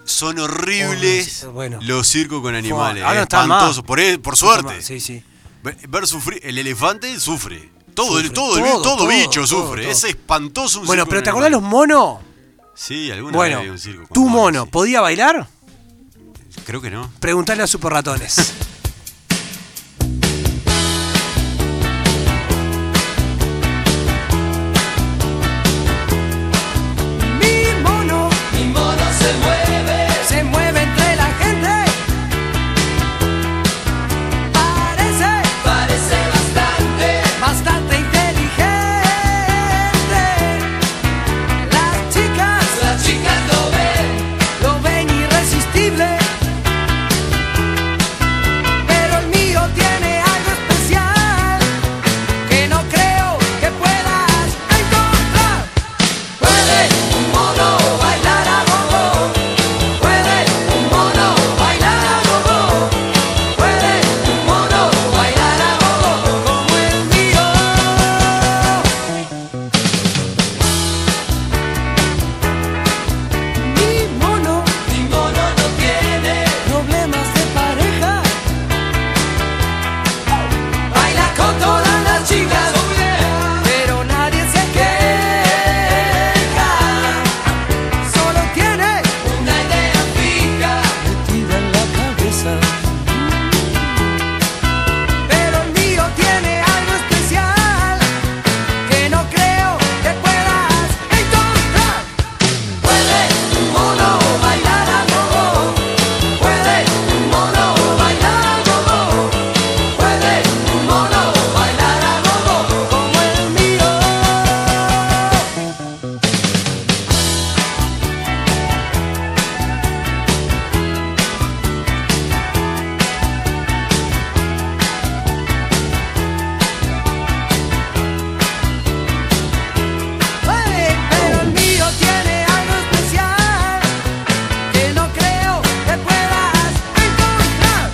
Speaker 4: Son horribles
Speaker 5: Oh, bueno.
Speaker 4: los circos con animales.
Speaker 5: ahora
Speaker 4: eh,
Speaker 5: no están más.
Speaker 4: espantosos. Por, e- por suerte.
Speaker 5: Sí, sí.
Speaker 4: Ver, ver sufrir- el elefante sufre. Todo, el-
Speaker 5: Sufre,
Speaker 4: todo, el-
Speaker 5: todo,
Speaker 4: todo
Speaker 5: todo,
Speaker 4: bicho
Speaker 5: todo,
Speaker 4: sufre.
Speaker 5: todo.
Speaker 4: Es espantoso un
Speaker 5: Bueno,
Speaker 4: circo
Speaker 5: pero
Speaker 4: con
Speaker 5: ¿te acordás los
Speaker 4: animales.
Speaker 5: monos?
Speaker 4: Sí, alguna vez
Speaker 5: Bueno,
Speaker 4: había un circo con
Speaker 5: tu
Speaker 4: monos,
Speaker 5: mono,
Speaker 4: sí.
Speaker 5: ¿podía bailar?
Speaker 4: Creo que no.
Speaker 5: Preguntale a Super Ratones.
Speaker 6: Mi mono, mi mono se mueve, se mueve entre la gente. Parece, parece bastante, bastante inteligente. Las chicas, las chicas lo ven, lo ven irresistible. Pero el mío tiene algo especial que no creo que puedas encontrar. Puede un mono bailar a bobo, puede un mono bailar a bobo, puede un mono bailar a bobo como el mío. Mi mono, mi mono no tiene problemas de pareja. Baila con todas las chicas, pero nadie se queja. Solo tiene una idea fija metida en la cabeza. Pero el mío tiene algo especial que no creo que puedas encontrar. Puede un mono bailar a bobo, puede un mono bailar a bobo. Puede un mono bailar a gogo como el mío. Pero el mío tiene algo especial que no creo que puedas encontrar.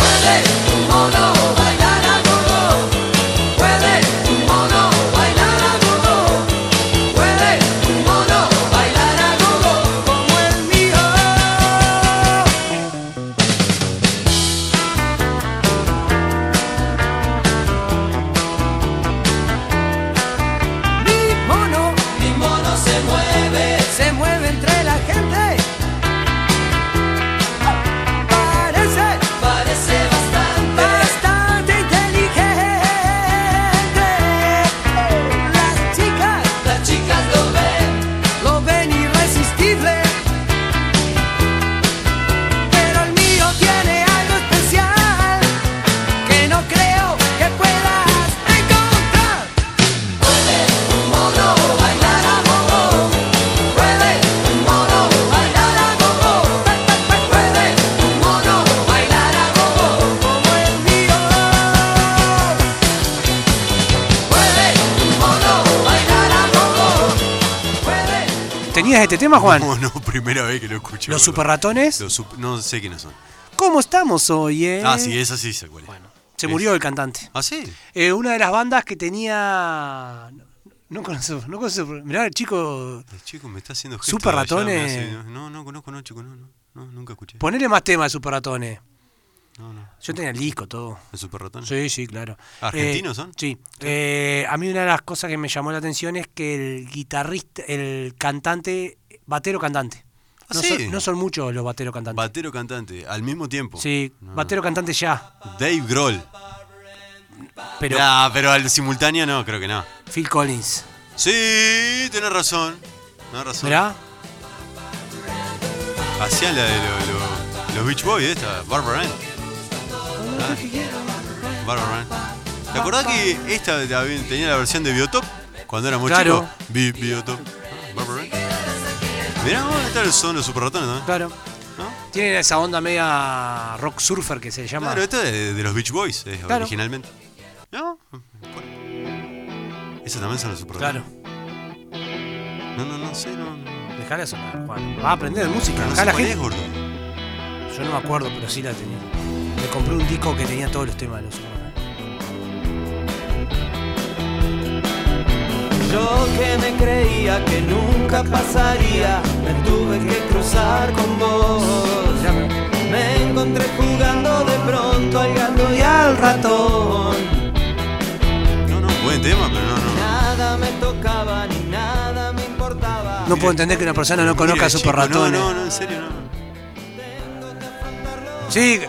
Speaker 6: Puede un mono bailar a gogo, puede un mono bailar a gogo, puede un mono bailar a gogo como el mío. Mi mono, mi mono se mueve, se mueve entre la gente. Parece, parece bastante, bastante inteligente. Las chicas, las chicas lo ven, lo ven irresistible. Pero el mío tiene algo especial que no creo que puedas encontrar. Puede un mono bailar a gogo, puede un mono bailar a gogo, puede un mono bailar a gogo como el mío. Puede un mono bailar a gogo, puede
Speaker 5: ¿Tenías este tema, Juan?
Speaker 4: No, no, primera vez que lo escucho.
Speaker 5: ¿Los
Speaker 4: boludo.
Speaker 5: Super Ratones?
Speaker 4: Los sup- No sé quiénes son.
Speaker 5: ¿Cómo estamos hoy, eh?
Speaker 4: Ah, sí, esa sí se cuál es.
Speaker 5: Se
Speaker 4: es-
Speaker 5: murió el cantante.
Speaker 4: Ah, sí.
Speaker 5: Eh, una de las bandas que tenía. No conozco, no conozco. Mirá, el chico.
Speaker 4: El chico me está haciendo gestos.
Speaker 5: Super
Speaker 4: de allá, me
Speaker 5: ratones.
Speaker 4: hace- No, no conozco, no, chico, no, no. no, nunca escuché.
Speaker 5: Ponele más temas de Super Ratones.
Speaker 4: No, no.
Speaker 5: Yo tenía el disco, todo.
Speaker 4: ¿El super ratón?
Speaker 5: Sí, sí, claro.
Speaker 4: ¿Argentinos
Speaker 5: Eh,
Speaker 4: son?
Speaker 5: Sí. Eh, a mí una de las cosas que me llamó la atención es que el guitarrista, el cantante, batero cantante.
Speaker 4: Ah,
Speaker 5: No,
Speaker 4: sí.
Speaker 5: son, no son muchos los batero cantantes.
Speaker 4: Batero cantante, al mismo tiempo.
Speaker 5: sí, batero cantante ya.
Speaker 4: Dave Grohl.
Speaker 5: Pero
Speaker 4: Ah, pero al simultáneo no, creo que no.
Speaker 5: Phil Collins.
Speaker 4: Sí, tenés razón. Tenés razón.
Speaker 5: ¿Verdad?
Speaker 4: Hacían la de lo- lo- los Beach Boys, esta, Barbara Ann. Ah, Barbara Ann. ¿Te acordás que esta también tenía la versión de Biotop? Cuando éramos
Speaker 5: Claro.
Speaker 4: chicos. Bi- Biotop. Ah, Barbara Ann. Mirá, vos, estos son los super ratones, ¿no?
Speaker 5: Claro.
Speaker 4: ¿No?
Speaker 5: Tienen esa onda media rock surfer que se llama.
Speaker 4: Claro, esto es de, de los Beach Boys, eh,
Speaker 5: Claro.
Speaker 4: originalmente. ¿No? Bueno. Eso también son los super
Speaker 5: claro.
Speaker 4: No, no, no sé, no. no.
Speaker 5: Dejala sonar, Juan. Va a aprender de música.
Speaker 4: Pero no
Speaker 5: Acá
Speaker 4: sé
Speaker 5: la
Speaker 4: cuál es,
Speaker 5: gente-
Speaker 4: gordo.
Speaker 5: Yo no me acuerdo, pero sí la tenía. Me compré un disco que tenía todos los temas de los Superman.
Speaker 6: Yo que me creía que nunca pasaría, me tuve que cruzar con vos. Me encontré jugando de pronto al gato y al ratón.
Speaker 4: No, no, buen tema, pero no, no.
Speaker 6: Nada me tocaba ni nada me importaba.
Speaker 5: No puedo entender que una persona no conozca a eh.
Speaker 4: Mira, chico,
Speaker 5: Super Ratones.
Speaker 4: No, no, no, en serio, no.
Speaker 5: Sí,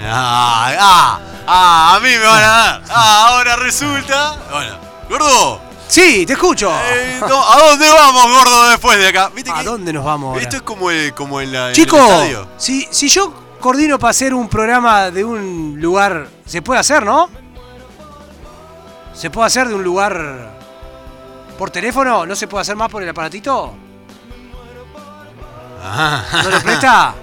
Speaker 4: Ah, ah, ah, a mí me van a dar. Ah, ahora resulta. Bueno, gordo,
Speaker 5: sí, te escucho.
Speaker 4: eh, no, ¿a dónde vamos, gordo, después de acá? ¿Viste
Speaker 5: ¿A
Speaker 4: que-
Speaker 5: dónde nos vamos ahora?
Speaker 4: Esto es como, el, como en la. en
Speaker 5: Chico,
Speaker 4: el estadio.
Speaker 5: si, si yo coordino para hacer un programa de un lugar, se puede hacer, ¿no? ¿Se puede hacer de un lugar por teléfono? ¿No se puede hacer más por el aparatito?
Speaker 4: Ajá.
Speaker 5: ¿No lo presta?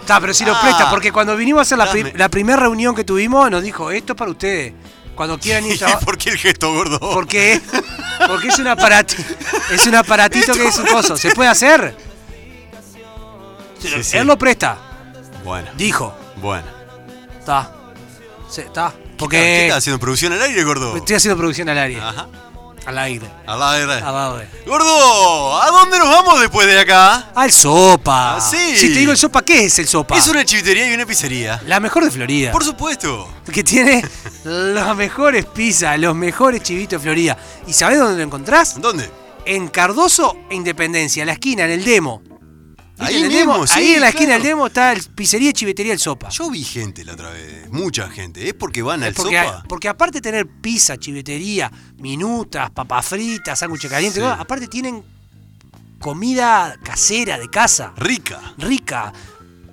Speaker 5: Está, pero sí lo
Speaker 4: Ah.
Speaker 5: presta, porque cuando vinimos a hacer la, pri-
Speaker 4: Dame.
Speaker 5: la primera reunión que tuvimos, nos dijo, esto es para ustedes. Cuando quieran ir
Speaker 4: ¿Y
Speaker 5: traba-
Speaker 4: por qué el gesto, gordo?
Speaker 5: Porque, porque es un aparatito, es un aparatito que es un coso. ¿Se puede hacer?
Speaker 4: Sí, sí.
Speaker 5: Él lo presta,
Speaker 4: Bueno,
Speaker 5: dijo.
Speaker 4: bueno.
Speaker 5: Está. Se- Está.
Speaker 4: ¿Qué
Speaker 5: Porque
Speaker 4: estás haciendo? Ah. ¿Producción al aire, gordo?
Speaker 5: estoy haciendo producción al aire.
Speaker 4: Ajá.
Speaker 5: Al aire. Ah,
Speaker 4: Al aire.
Speaker 5: Al aire.
Speaker 4: Gordo, ¿a dónde nos vamos después de acá?
Speaker 5: Al sopa.
Speaker 4: Ah, sí.
Speaker 5: Si te digo el sopa, ¿qué es el sopa?
Speaker 4: Es una chivitería y una pizzería.
Speaker 5: La mejor de Florida.
Speaker 4: Por supuesto.
Speaker 5: Que tiene las mejores pizzas, los mejores chivitos de Florida. ¿Y sabés dónde lo encontrás?
Speaker 4: ¿Dónde?
Speaker 5: En Cardoso e Independencia, en la esquina, en el demo. ¿Viste
Speaker 4: Ahí
Speaker 5: en el
Speaker 4: mismo,
Speaker 5: demo?
Speaker 4: sí,
Speaker 5: Ahí en la esquina
Speaker 4: claro.
Speaker 5: del demo está el pizzería y chivetería El Sopa.
Speaker 4: Yo vi gente la otra vez, mucha gente. ¿Es porque van al
Speaker 5: Porque,
Speaker 4: sopa?
Speaker 5: porque aparte de tener pizza, chivetería, minutas, papas fritas, sándwiches calientes,
Speaker 4: Sí.
Speaker 5: todo, aparte tienen comida casera de casa,
Speaker 4: Rica.
Speaker 5: rica,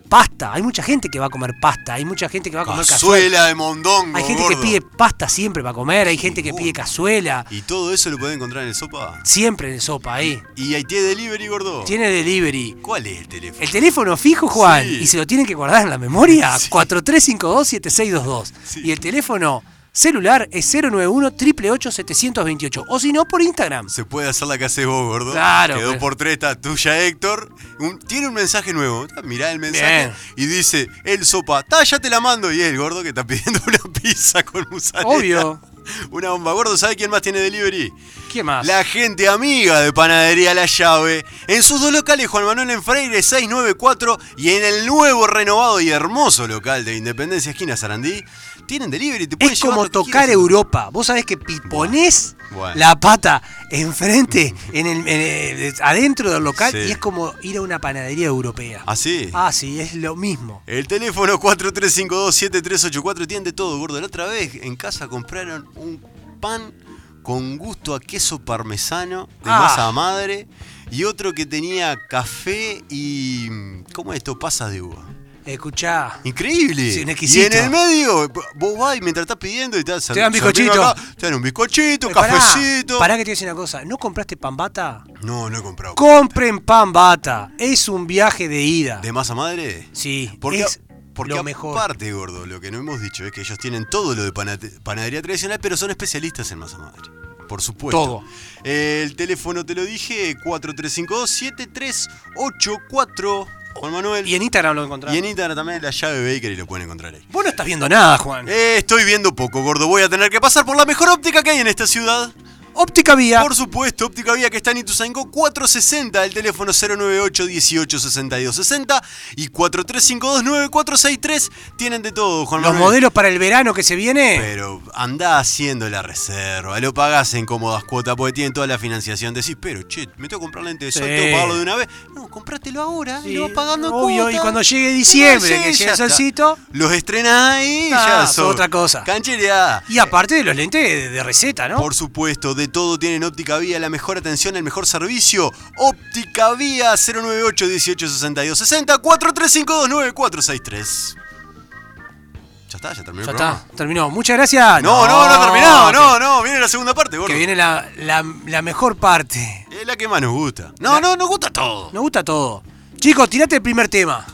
Speaker 5: pasta. Hay mucha gente que va a comer pasta, hay mucha gente que va a comer cazuela.
Speaker 4: Cazuela de mondongo.
Speaker 5: Hay gente
Speaker 4: gordo.
Speaker 5: que pide pasta siempre para comer, hay
Speaker 4: Sí,
Speaker 5: gente que
Speaker 4: gordo.
Speaker 5: pide cazuela,
Speaker 4: Y todo eso lo pueden encontrar en el sopa.
Speaker 5: siempre en el sopa ahí.
Speaker 4: ¿Y Haití Delivery, gordo?
Speaker 5: Tiene delivery.
Speaker 4: ¿Cuál es el teléfono?
Speaker 5: El teléfono fijo, Juan,
Speaker 4: Sí.
Speaker 5: y se lo tienen que guardar en la memoria,
Speaker 4: Sí.
Speaker 5: 4352-7622.
Speaker 4: Sí.
Speaker 5: Y el teléfono celular es 091-888-728. O si no, por Instagram.
Speaker 4: Se puede hacer la que haces vos, gordo.
Speaker 5: Claro, pues.
Speaker 4: Quedó
Speaker 5: pero-
Speaker 4: por tres, está tuya, Héctor. Un- tiene un mensaje nuevo. Mirá el mensaje
Speaker 5: Bien.
Speaker 4: y dice, el sopa, ta, ya te la mando. Y es el gordo que está pidiendo una pizza con mozzarella.
Speaker 5: Obvio.
Speaker 4: Una bomba. Gordo, ¿sabe quién más tiene delivery?
Speaker 5: ¿Qué más?
Speaker 4: La gente amiga de Panadería La Llave. En sus dos locales, Juan Manuel en Freire 694 y en el nuevo, renovado y hermoso local de Independencia Esquina Sarandí, tienen delivery. Te pueden
Speaker 5: es
Speaker 4: llevar
Speaker 5: como
Speaker 4: lo que
Speaker 5: tocar
Speaker 4: quieras.
Speaker 5: Europa. Vos sabés que piponés
Speaker 4: Bueno.
Speaker 5: la pata enfrente, en el, en el- adentro del local,
Speaker 4: Sí.
Speaker 5: y es como ir a una panadería europea.
Speaker 4: Así.
Speaker 5: Ah, sí, es lo mismo.
Speaker 4: El teléfono 4352-7384 tiene de todo, gordo. La otra vez en casa compraron un pan con gusto a queso parmesano de
Speaker 5: Ah.
Speaker 4: masa madre y otro que tenía café y... ¿Cómo es esto? Pasas de uva.
Speaker 5: Escuchá.
Speaker 4: Increíble.
Speaker 5: Sí, un
Speaker 4: y
Speaker 5: exquisito.
Speaker 4: en el medio, vos vas y mientras estás pidiendo y te
Speaker 5: Te dan bizcochito.
Speaker 4: Te dan un bizcochito,
Speaker 5: Eh, pará,
Speaker 4: cafecito.
Speaker 5: Pará que te voy a decir una cosa. ¿No compraste pan bata?
Speaker 4: No, no he comprado.
Speaker 5: Compren pan bata. Es un viaje de ida.
Speaker 4: ¿De masa madre?
Speaker 5: Sí,
Speaker 4: Porque,
Speaker 5: es
Speaker 4: porque
Speaker 5: lo mejor.
Speaker 4: aparte, gordo, lo que no hemos dicho es que ellos tienen todo lo de panate- panadería tradicional, pero son especialistas en masa madre. Por supuesto.
Speaker 5: Todo.
Speaker 4: El teléfono te lo dije, 4352-7384. Juan Manuel.
Speaker 5: Y en Instagram lo encontrás.
Speaker 4: Y en Instagram también la llave Baker y lo pueden encontrar ahí.
Speaker 5: Vos no estás viendo nada, Juan.
Speaker 4: Eh, estoy viendo poco, gordo. Voy a tener que pasar por la mejor óptica que hay en esta ciudad.
Speaker 5: Óptica Vía.
Speaker 4: Por supuesto, óptica vía que está en Ituzaingó 460, el teléfono 098 18 62 60 y 43529463. Tienen de todo, Juan
Speaker 5: Los
Speaker 4: Manuel.
Speaker 5: modelos para el verano que se viene.
Speaker 4: Pero andá haciendo la reserva, lo pagás en cómodas cuotas porque tienen toda la financiación. Decís, pero che, me tengo que comprar lente de sol,
Speaker 5: Sí.
Speaker 4: tengo que pagarlo de una vez. No, comprátelo ahora y
Speaker 5: Sí,
Speaker 4: lo vas pagando en
Speaker 5: obvio,
Speaker 4: cuotas.
Speaker 5: y cuando llegue diciembre,
Speaker 4: llegue,
Speaker 5: que llegue
Speaker 4: ya
Speaker 5: el
Speaker 4: está.
Speaker 5: solcito.
Speaker 4: Los estrenás ahí,
Speaker 5: Ah,
Speaker 4: ya
Speaker 5: fue
Speaker 4: sos
Speaker 5: otra cosa.
Speaker 4: Canchereada.
Speaker 5: Y aparte de los lentes de, de receta, ¿no?
Speaker 4: Por supuesto, de todo tienen Óptica Vía, la mejor atención, el mejor servicio. Óptica Vía 098 18 62 60 4352963. Ya está, ya terminó el
Speaker 5: ya
Speaker 4: programa.
Speaker 5: está, terminó. Muchas gracias.
Speaker 4: No, no, no, ha terminado,
Speaker 5: que-
Speaker 4: no, no, viene la segunda parte, gordo.
Speaker 5: Que viene la, la- la mejor parte.
Speaker 4: Es la que más nos gusta. No, no, nos gusta todo.
Speaker 5: Nos gusta todo. Chicos, tirate el primer tema.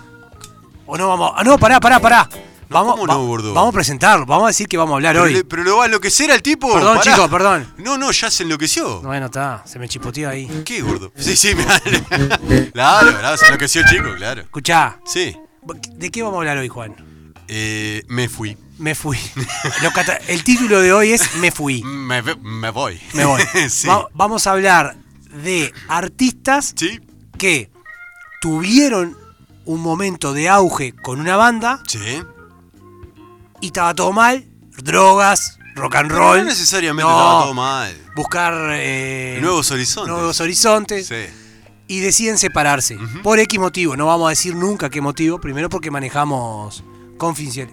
Speaker 5: O no vamos. Ah, no, pará, pará, pará. Vamos,
Speaker 4: ¿cómo no,
Speaker 5: va-
Speaker 4: gordo?
Speaker 5: vamos a presentarlo, vamos a decir que vamos a hablar
Speaker 4: Pero,
Speaker 5: hoy.
Speaker 4: le- pero lo va a enloquecer al tipo.
Speaker 5: Perdón,
Speaker 4: Pará.
Speaker 5: chico, perdón.
Speaker 4: No, no, ya se enloqueció.
Speaker 5: Bueno, está, se me chipoteó ahí.
Speaker 4: ¿Qué, gordo? Sí, sí, me Claro, claro, se enloqueció el chico, claro.
Speaker 5: Escuchá,
Speaker 4: Sí.
Speaker 5: ¿de qué vamos a hablar hoy, Juan?
Speaker 4: Eh, me fui.
Speaker 5: Me fui. Lo cata- El título de hoy es Me fui.
Speaker 4: Me, ve- me voy.
Speaker 5: Me voy.
Speaker 4: sí.
Speaker 5: Va- vamos a hablar de artistas
Speaker 4: Sí.
Speaker 5: que tuvieron un momento de auge con una banda
Speaker 4: Sí.
Speaker 5: y estaba todo mal. Drogas, rock and
Speaker 4: Pero
Speaker 5: roll.
Speaker 4: No necesariamente
Speaker 5: No.
Speaker 4: estaba todo mal.
Speaker 5: Buscar eh,
Speaker 4: Nuevos horizontes.
Speaker 5: nuevos horizontes.
Speaker 4: Sí.
Speaker 5: y deciden separarse. Por X motivo. No vamos a decir nunca qué motivo. Primero porque manejamos confidencial-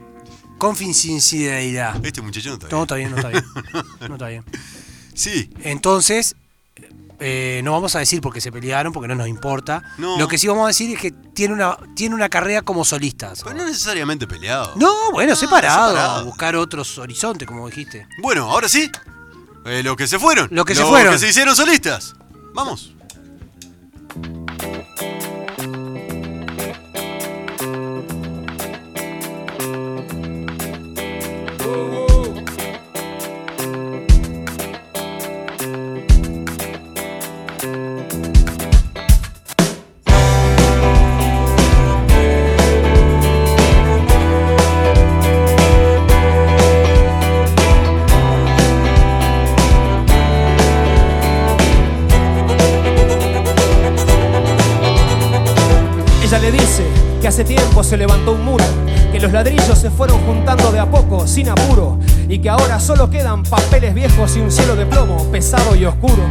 Speaker 5: confidencialidad.
Speaker 4: Este muchacho no está
Speaker 5: No,
Speaker 4: bien.
Speaker 5: está bien, no está bien. No está bien.
Speaker 4: Sí.
Speaker 5: Entonces, eh, no vamos a decir porque se pelearon, porque no nos importa.
Speaker 4: No.
Speaker 5: Lo que sí vamos a decir es que tiene una, tiene una carrera como solistas.
Speaker 4: Pero no necesariamente peleado.
Speaker 5: No, bueno, separado,
Speaker 4: separado.
Speaker 5: Buscar otros horizontes, como dijiste.
Speaker 4: Bueno, ahora sí. eh, los que se fueron.
Speaker 5: Los que se fueron.
Speaker 4: Los que se hicieron solistas. Vamos.
Speaker 7: Ella le dice que hace tiempo se levantó un muro, que los ladrillos se fueron juntando de a poco, sin apuro, y que ahora solo quedan papeles viejos y un cielo de plomo, pesado y oscuro.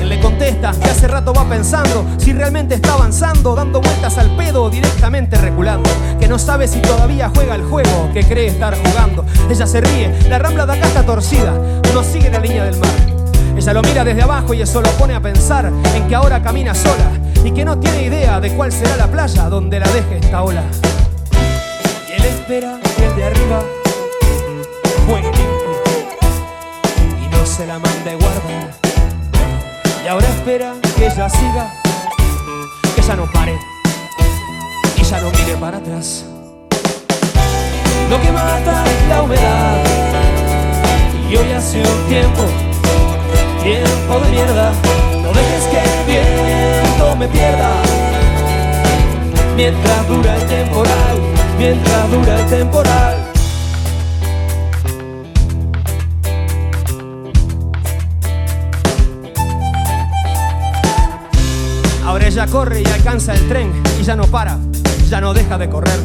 Speaker 7: Él le contesta que hace rato va pensando si realmente está avanzando, dando vueltas al pedo o directamente reculando, que no sabe si todavía juega el juego que cree estar jugando. Ella se ríe, la rambla de acá está torcida, no sigue la línea del mar. Ella lo mira desde abajo y eso lo pone a pensar en que ahora camina sola y que no tiene idea de cuál será la playa donde la deje esta ola. Y él espera que el de arriba juegue limpio y no se la manda y guarda. Y ahora espera que ella siga, que ella no pare, que ella no mire para atrás. Lo que mata es la humedad y hoy hace un tiempo tiempo de mierda. No dejes que el viento me pierda. Mientras dura el temporal, mientras dura el temporal. Ahora ella corre y alcanza el tren y ya no para, ya no deja de correr.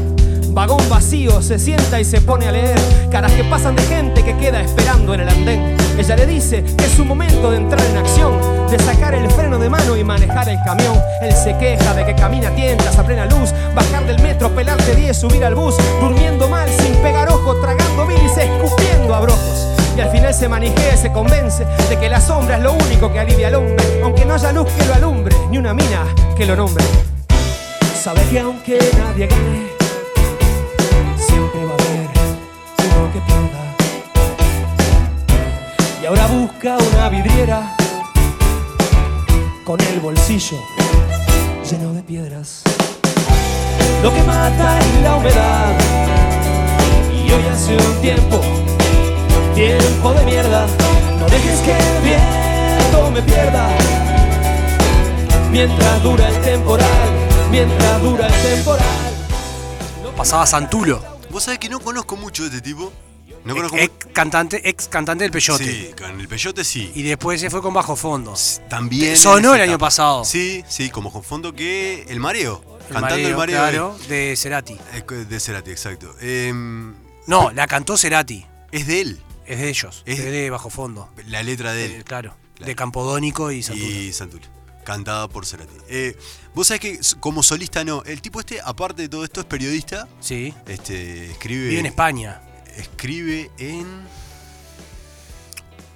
Speaker 7: Vagón vacío, se sienta y se pone a leer caras que pasan de gente que queda esperando en el andén. Ella le dice que es su momento de entrar en acción, de sacar el freno de mano y manejar el camión. Él se queja de que camina a tientas a plena luz, bajar del metro, pelarte 10, subir al bus, durmiendo mal, sin pegar ojo, tragando bilis, escupiendo abrojos. Y al final se manijea, se convence de que la sombra es lo único que alivia al hombre, aunque no haya luz que lo alumbre, ni una mina que lo nombre. Sabe que aunque nadie gane, siempre va a haber uno que pierda. Y ahora busca una vidriera con el bolsillo lleno de piedras. Lo que mata es la humedad. Y hoy hace un tiempo tiempo de mierda. No dejes que el viento me pierda. Mientras dura el temporal, mientras dura el temporal.
Speaker 5: Pasaba Santulo,
Speaker 4: Vos sabés que no conozco mucho de este tipo. No
Speaker 5: ex,
Speaker 4: conozco
Speaker 5: ex cantante, ex cantante del Peyote.
Speaker 4: Sí, con el peyote sí.
Speaker 5: Y después se fue con Bajo Fondo.
Speaker 4: También. en
Speaker 5: Sonó el
Speaker 4: esa
Speaker 5: año
Speaker 4: etapa.
Speaker 5: pasado.
Speaker 4: Sí, sí, como con fondo que el mareo.
Speaker 5: El
Speaker 4: cantando el mareo. eh.
Speaker 5: Claro, de Cerati.
Speaker 4: Es que- De Cerati, exacto. Em,
Speaker 5: No, la cantó Cerati.
Speaker 4: es de él,
Speaker 5: Es de ellos.
Speaker 4: Es-
Speaker 5: Es de Bajo Fondo.
Speaker 4: la letra de él.
Speaker 5: Eh, claro,
Speaker 4: Claro.
Speaker 5: De Campodónico y Santulo.
Speaker 4: Y Santul. Cantada por Cerati. Eh, Vos sabés que s- como solista no. El tipo este, aparte de todo esto, es periodista.
Speaker 5: Sí.
Speaker 4: Este, escribe.
Speaker 5: Vive en España.
Speaker 4: Escribe en.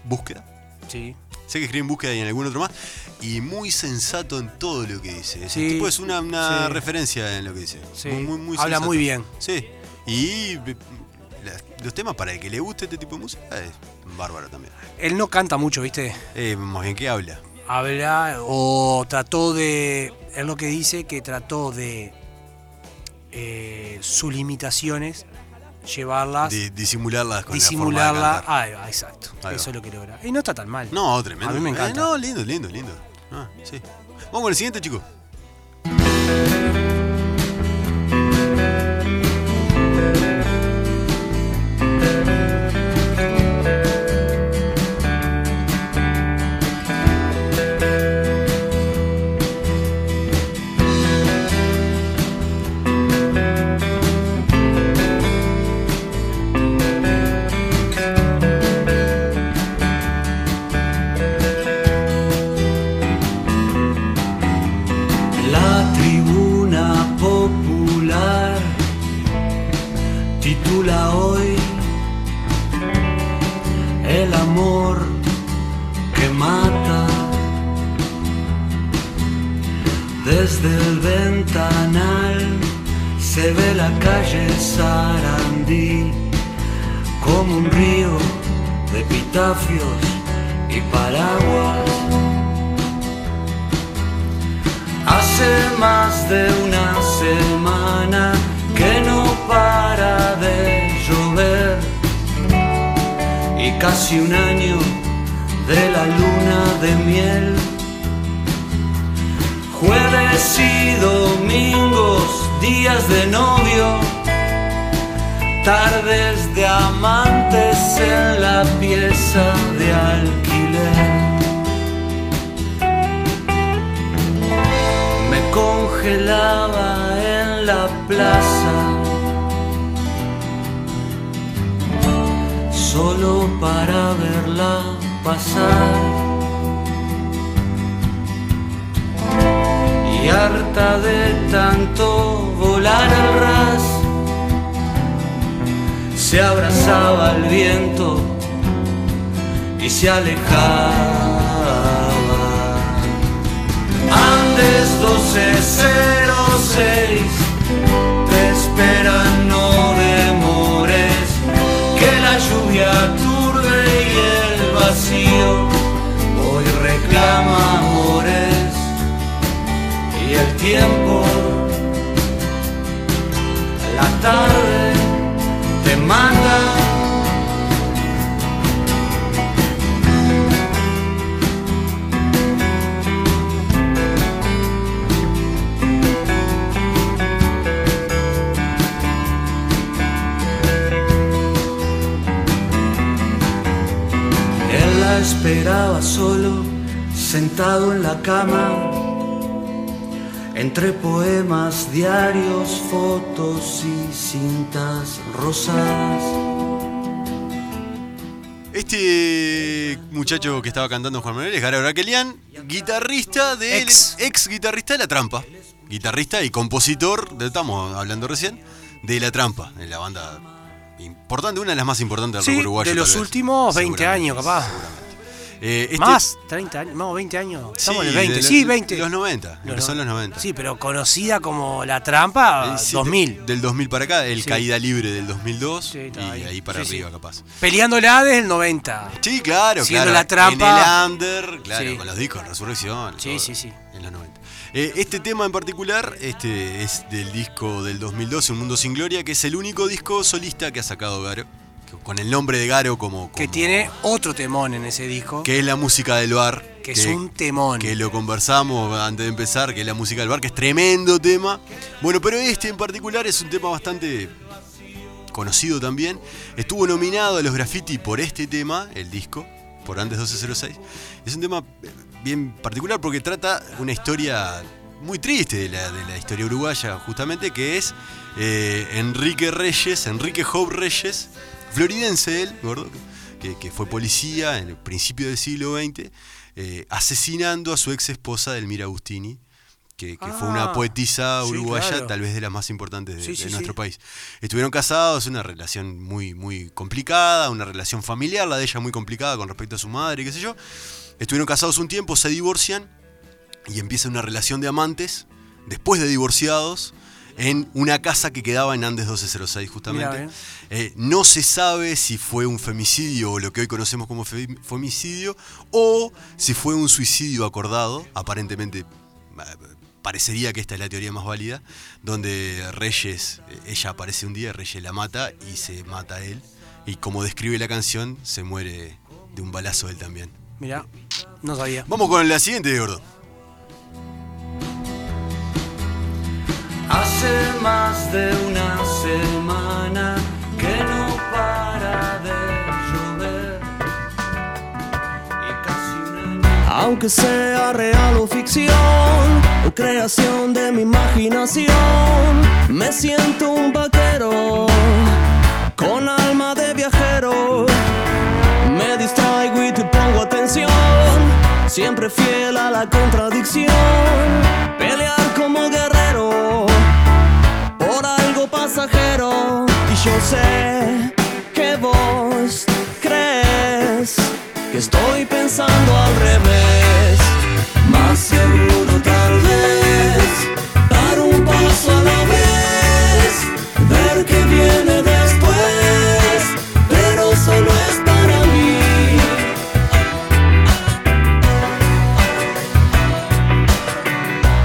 Speaker 4: Búsqueda.
Speaker 5: Sí.
Speaker 4: Sé que escribe en búsqueda y en algún otro más. Y muy sensato en todo lo que dice. Ese
Speaker 5: Sí,
Speaker 4: tipo es una, una
Speaker 5: sí.
Speaker 4: referencia en lo que dice.
Speaker 5: Sí,
Speaker 4: Muy, muy, muy
Speaker 5: habla
Speaker 4: sensato.
Speaker 5: muy bien.
Speaker 4: Sí. Y eh, la- los temas para el que le guste este tipo de música es bárbaro también.
Speaker 5: Él no canta mucho, ¿viste?
Speaker 4: Eh, más bien que habla.
Speaker 5: Habla o trató de. Es lo que dice que trató de eh, sus limitaciones, llevarlas,
Speaker 4: Di- disimularlas con la
Speaker 5: disimularlas.
Speaker 4: forma de cantar.
Speaker 5: Ah, ah, exacto.
Speaker 4: Ahí
Speaker 5: Eso
Speaker 4: va.
Speaker 5: es lo que logra. Y no está tan mal.
Speaker 4: No, tremendo.
Speaker 5: A mí me
Speaker 4: Eh,
Speaker 5: encanta.
Speaker 4: no, lindo, lindo, lindo. Ah, sí. Vamos con el siguiente, chicos.
Speaker 8: La tribuna popular titula hoy El amor que mata desde el ventanal se ve la calle Sarandí como un río de epitafios y paraguas Hace más de una semana que no para de llover y casi un año de la luna de miel. Jueves y domingos, días de novio, tardes de amantes en la pieza de alquiler. me congelaba en la plaza, solo para verla pasar. Y harta de tanto volar al ras, se abrazaba al viento y se alejaba. Andes 1206 Te esperan, no demores Que la lluvia turbe y el vacío Hoy reclama amores Y el tiempo La tarde te manda Él la esperaba solo, sentado en la cama, entre poemas, diarios, fotos y cintas rosadas.
Speaker 4: Este muchacho que estaba cantando Juan Manuel es Garo Braquelian, guitarrista de
Speaker 5: Ex.
Speaker 4: ex guitarrista de La Trampa. Guitarrista y compositor, de, estamos hablando recién, de La Trampa, de la banda importante, una de las más importantes del
Speaker 5: Sí,
Speaker 4: rock uruguayo.
Speaker 5: de los
Speaker 4: tal vez.
Speaker 5: últimos 20 años, capaz.
Speaker 4: seguramente. Eh, este-
Speaker 5: Más, 30 años, más 20 años. Estamos en el 20.
Speaker 4: de lo-
Speaker 5: sí, 20.
Speaker 4: Los 90, empezó en los 90.
Speaker 5: Sí, pero conocida como La Trampa,
Speaker 4: Eh, sí,
Speaker 5: 2000.
Speaker 4: de- Del 2000 para acá, el
Speaker 5: Sí.
Speaker 4: Caída Libre del 2002
Speaker 5: Sí,
Speaker 4: y
Speaker 5: está ahí.
Speaker 4: ahí para
Speaker 5: Sí, sí.
Speaker 4: arriba capaz.
Speaker 5: Peleándola desde el 90.
Speaker 4: Sí, claro,
Speaker 5: Siendo
Speaker 4: claro.
Speaker 5: la trampa.
Speaker 4: En el under, claro,
Speaker 5: Sí.
Speaker 4: con los discos, Resurrección.
Speaker 5: Sí,
Speaker 4: todo,
Speaker 5: sí, sí.
Speaker 4: En los 90. Eh, este tema en particular este es del disco del 2012, Un Mundo Sin Gloria, que es el único disco solista que ha sacado Garo, que- con el nombre de Garo como...
Speaker 5: Que
Speaker 4: como-
Speaker 5: tiene otro temón en ese disco. Que,
Speaker 4: Que es la música del bar.
Speaker 5: es un temón.
Speaker 4: que lo conversamos antes de empezar, que es la música del bar, que es tremendo tema. Bueno, pero este en particular es un tema bastante conocido también. Estuvo nominado a los graffiti por este tema, el disco, por antes 1206. Es un tema eh, bien particular porque trata una historia muy triste de la, de la historia uruguaya, justamente, que es eh, Enrique Reyes, Enrique Job Reyes, floridense él, gordo, que, que fue policía en el principio del siglo XX, eh, asesinando a su ex esposa, Delmira Agustini. Que, que fue
Speaker 5: Ah,
Speaker 4: una poetisa
Speaker 5: sí,
Speaker 4: uruguaya,
Speaker 5: claro.
Speaker 4: tal vez de las más importantes de,
Speaker 5: Sí,
Speaker 4: de
Speaker 5: sí,
Speaker 4: nuestro
Speaker 5: sí.
Speaker 4: país. Estuvieron casados, una relación muy, muy complicada, una relación familiar, la de ella muy complicada con respecto a su madre, qué sé yo. Estuvieron casados un tiempo, se divorcian y empieza una relación de amantes, después de divorciados, en una casa que quedaba en Andes 1206
Speaker 5: Mirá,
Speaker 4: justamente. Eh, no se sabe si fue un femicidio o lo que hoy conocemos como fe- femicidio o si fue un suicidio acordado, aparentemente eh, parecería que esta es la teoría más válida, donde Reyes, eh, ella aparece un día, Reyes la mata y se mata a él. Y como describe la canción, se muere de un balazo él también.
Speaker 5: Mirá, no sabía.
Speaker 4: Vamos con la siguiente, gordo.
Speaker 9: Hace más de una semana que no para de llover. Y casi un año
Speaker 6: Aunque sea real o ficción, o creación de mi imaginación, me siento un vaquero con alma de viajero. Me distraigo y te pongo atención, siempre fiel a la contradicción. Pelear como guerrero por algo pasajero. Y yo sé que vos crees que estoy pensando al revés. Más seguro tal vez, dar un paso a la vez, ver que viene después, pero solo es para mí.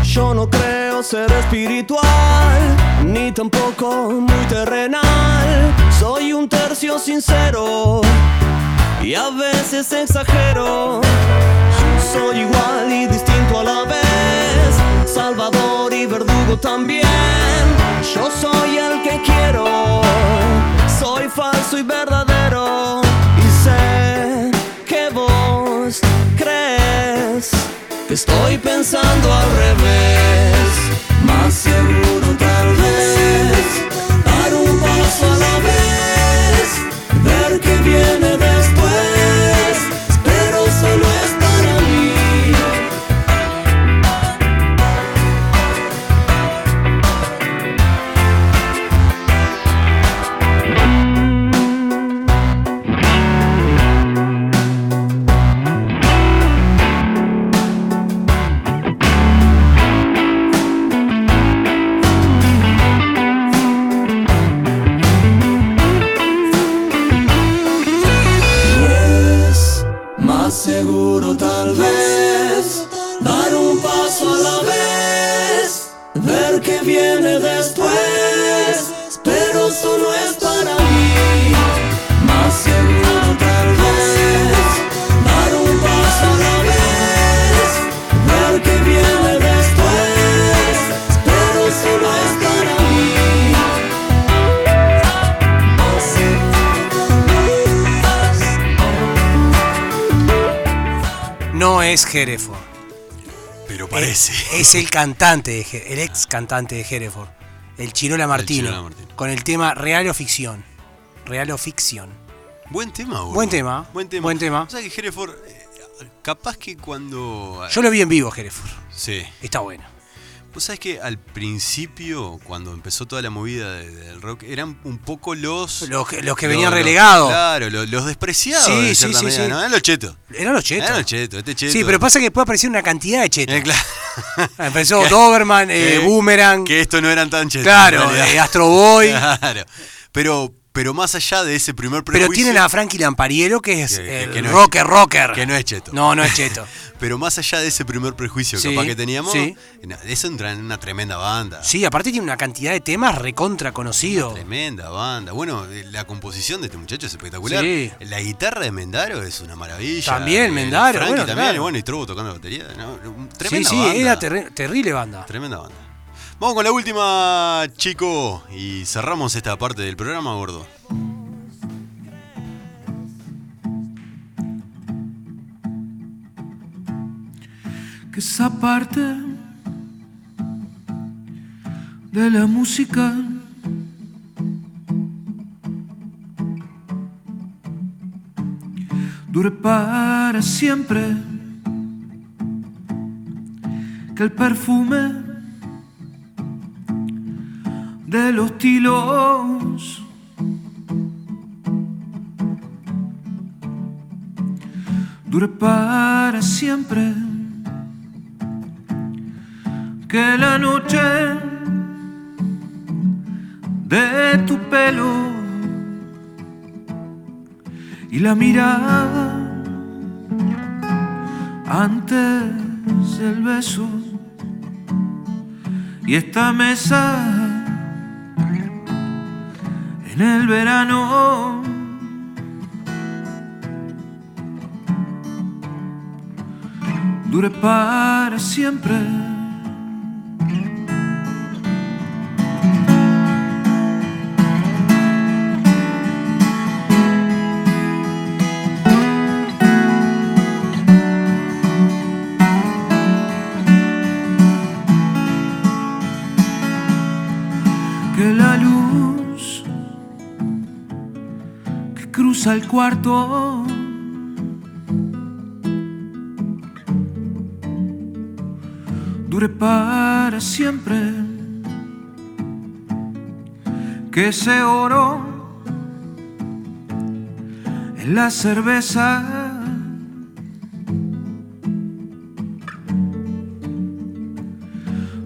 Speaker 6: Yo no creo ser espiritual, ni tampoco muy terrenal. Soy un tercio sincero y a veces exagero. Soy igual y distinto a la vez, salvador y verdugo también. Yo soy el que quiero, soy falso y verdadero. Y sé que vos crees que estoy pensando al revés. Más seguro tal vez, dar un paso a la vez, ver que viene después, pero solo es para mí. es más seguro tal vez dar un paso a la vez, ver que viene después, pero solo es para mí. Más seguro tal vez dar un paso a la vez, ver que viene después, pero solo es para mí. Más seguro tal vez.
Speaker 5: No es Hereford.
Speaker 4: Pero parece.
Speaker 5: Es el cantante, de He- el ex cantante de Hereford. El Chirola Martino.
Speaker 4: Chirola Martino.
Speaker 5: Con el tema Real o Ficción. Real o Ficción.
Speaker 4: Buen tema, gordo.
Speaker 5: Buen tema,
Speaker 4: Buen tema.
Speaker 5: buen tema.
Speaker 4: O sea que Hereford, eh, capaz que cuando.
Speaker 5: Yo lo vi en vivo, Hereford.
Speaker 4: Sí.
Speaker 5: Está bueno.
Speaker 4: Vos sabés que al principio, cuando empezó toda la movida de- del rock, eran un poco los.
Speaker 5: Los que- los que venían relegados.
Speaker 4: Claro, los, los despreciados.
Speaker 5: Sí,
Speaker 4: de
Speaker 5: sí,
Speaker 4: cierta
Speaker 5: sí,
Speaker 4: manera,
Speaker 5: sí.
Speaker 4: ¿no? Eran los chetos.
Speaker 5: Eran los chetos.
Speaker 4: Eran los chetos, este cheto.
Speaker 5: Sí, pero pasa que después apareció una cantidad de chetos. Ah,
Speaker 4: Eh, claro.
Speaker 5: Empezó Doberman, eh,
Speaker 4: Que-
Speaker 5: Boomerang.
Speaker 4: Que esto no eran tan chetos.
Speaker 5: Claro,
Speaker 4: en realidad.
Speaker 5: eh, Astro Boy.
Speaker 4: Claro. Pero, pero más allá de ese primer prejuicio.
Speaker 5: Pero tienen a Frankie Lampariello, que es
Speaker 4: Que- que-
Speaker 5: el
Speaker 4: que no es
Speaker 5: rocker,
Speaker 4: cheto.
Speaker 5: rocker.
Speaker 4: Que no es cheto.
Speaker 5: No, no es cheto.
Speaker 4: Pero más allá de ese primer prejuicio
Speaker 5: Sí,
Speaker 4: capaz que teníamos,
Speaker 5: sí.
Speaker 4: na- eso entra en una tremenda banda.
Speaker 5: Sí, aparte tiene una cantidad de temas recontra conocidos.
Speaker 4: Tremenda banda. Bueno, eh, la composición de este muchacho es espectacular.
Speaker 5: Sí.
Speaker 4: La guitarra de Mendaro es una maravilla.
Speaker 5: También,
Speaker 4: El
Speaker 5: Mendaro,
Speaker 4: Frankie
Speaker 5: bueno,
Speaker 4: también,
Speaker 5: claro.
Speaker 4: y bueno, y Trobo tocando batería. ¿no? Un-
Speaker 5: Sí,
Speaker 4: Tremenda
Speaker 5: sí,
Speaker 4: banda.
Speaker 5: era terri- terrible banda.
Speaker 4: Tremenda banda. Vamos con la última, chico. Y cerramos esta parte del programa, gordo.
Speaker 8: que esa parte de la música dure para siempre, que el perfume de los tilos dure para siempre que la noche de tu pelo y la mirada antes del beso y esta mesa en el verano. Dure para siempre. que la luz que cruza el cuarto dure para siempre. Que ese oro en la cerveza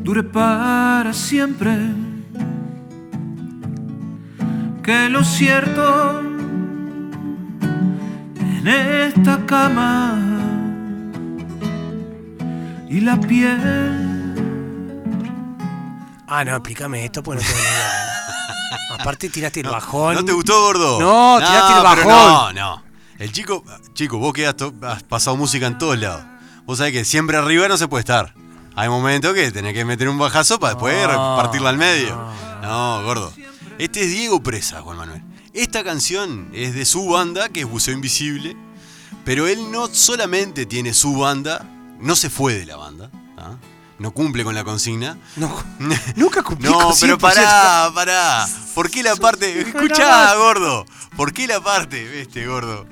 Speaker 8: dure para siempre que lo cierto en esta cama y la piel
Speaker 5: Ah, no, explícame esto porque no tengo ni idea. Aparte tiraste el bajón.
Speaker 4: ¿No te gustó, gordo?
Speaker 5: No, tiraste el
Speaker 4: pero
Speaker 5: bajón.
Speaker 4: No, no. El chico, chico, vos que has, to- has pasado música en todos lados. Vos sabés que siempre arriba no se puede estar. Hay momentos que tenés que meter un bajazo para después partirla al medio. No, gordo. Este es Diego Presa, Juan Manuel. Esta canción es de su banda, que es Buceo Invisible. Pero él no solamente tiene su banda, no se fue de la banda. ¿ah? No cumple con la consigna.
Speaker 5: No, nunca cumplí
Speaker 4: No,
Speaker 5: con
Speaker 4: pero
Speaker 5: 100%.
Speaker 4: pará, pará. ¿Por qué la parte? Escuchá, gordo. ¿Por qué la parte? Viste, gordo.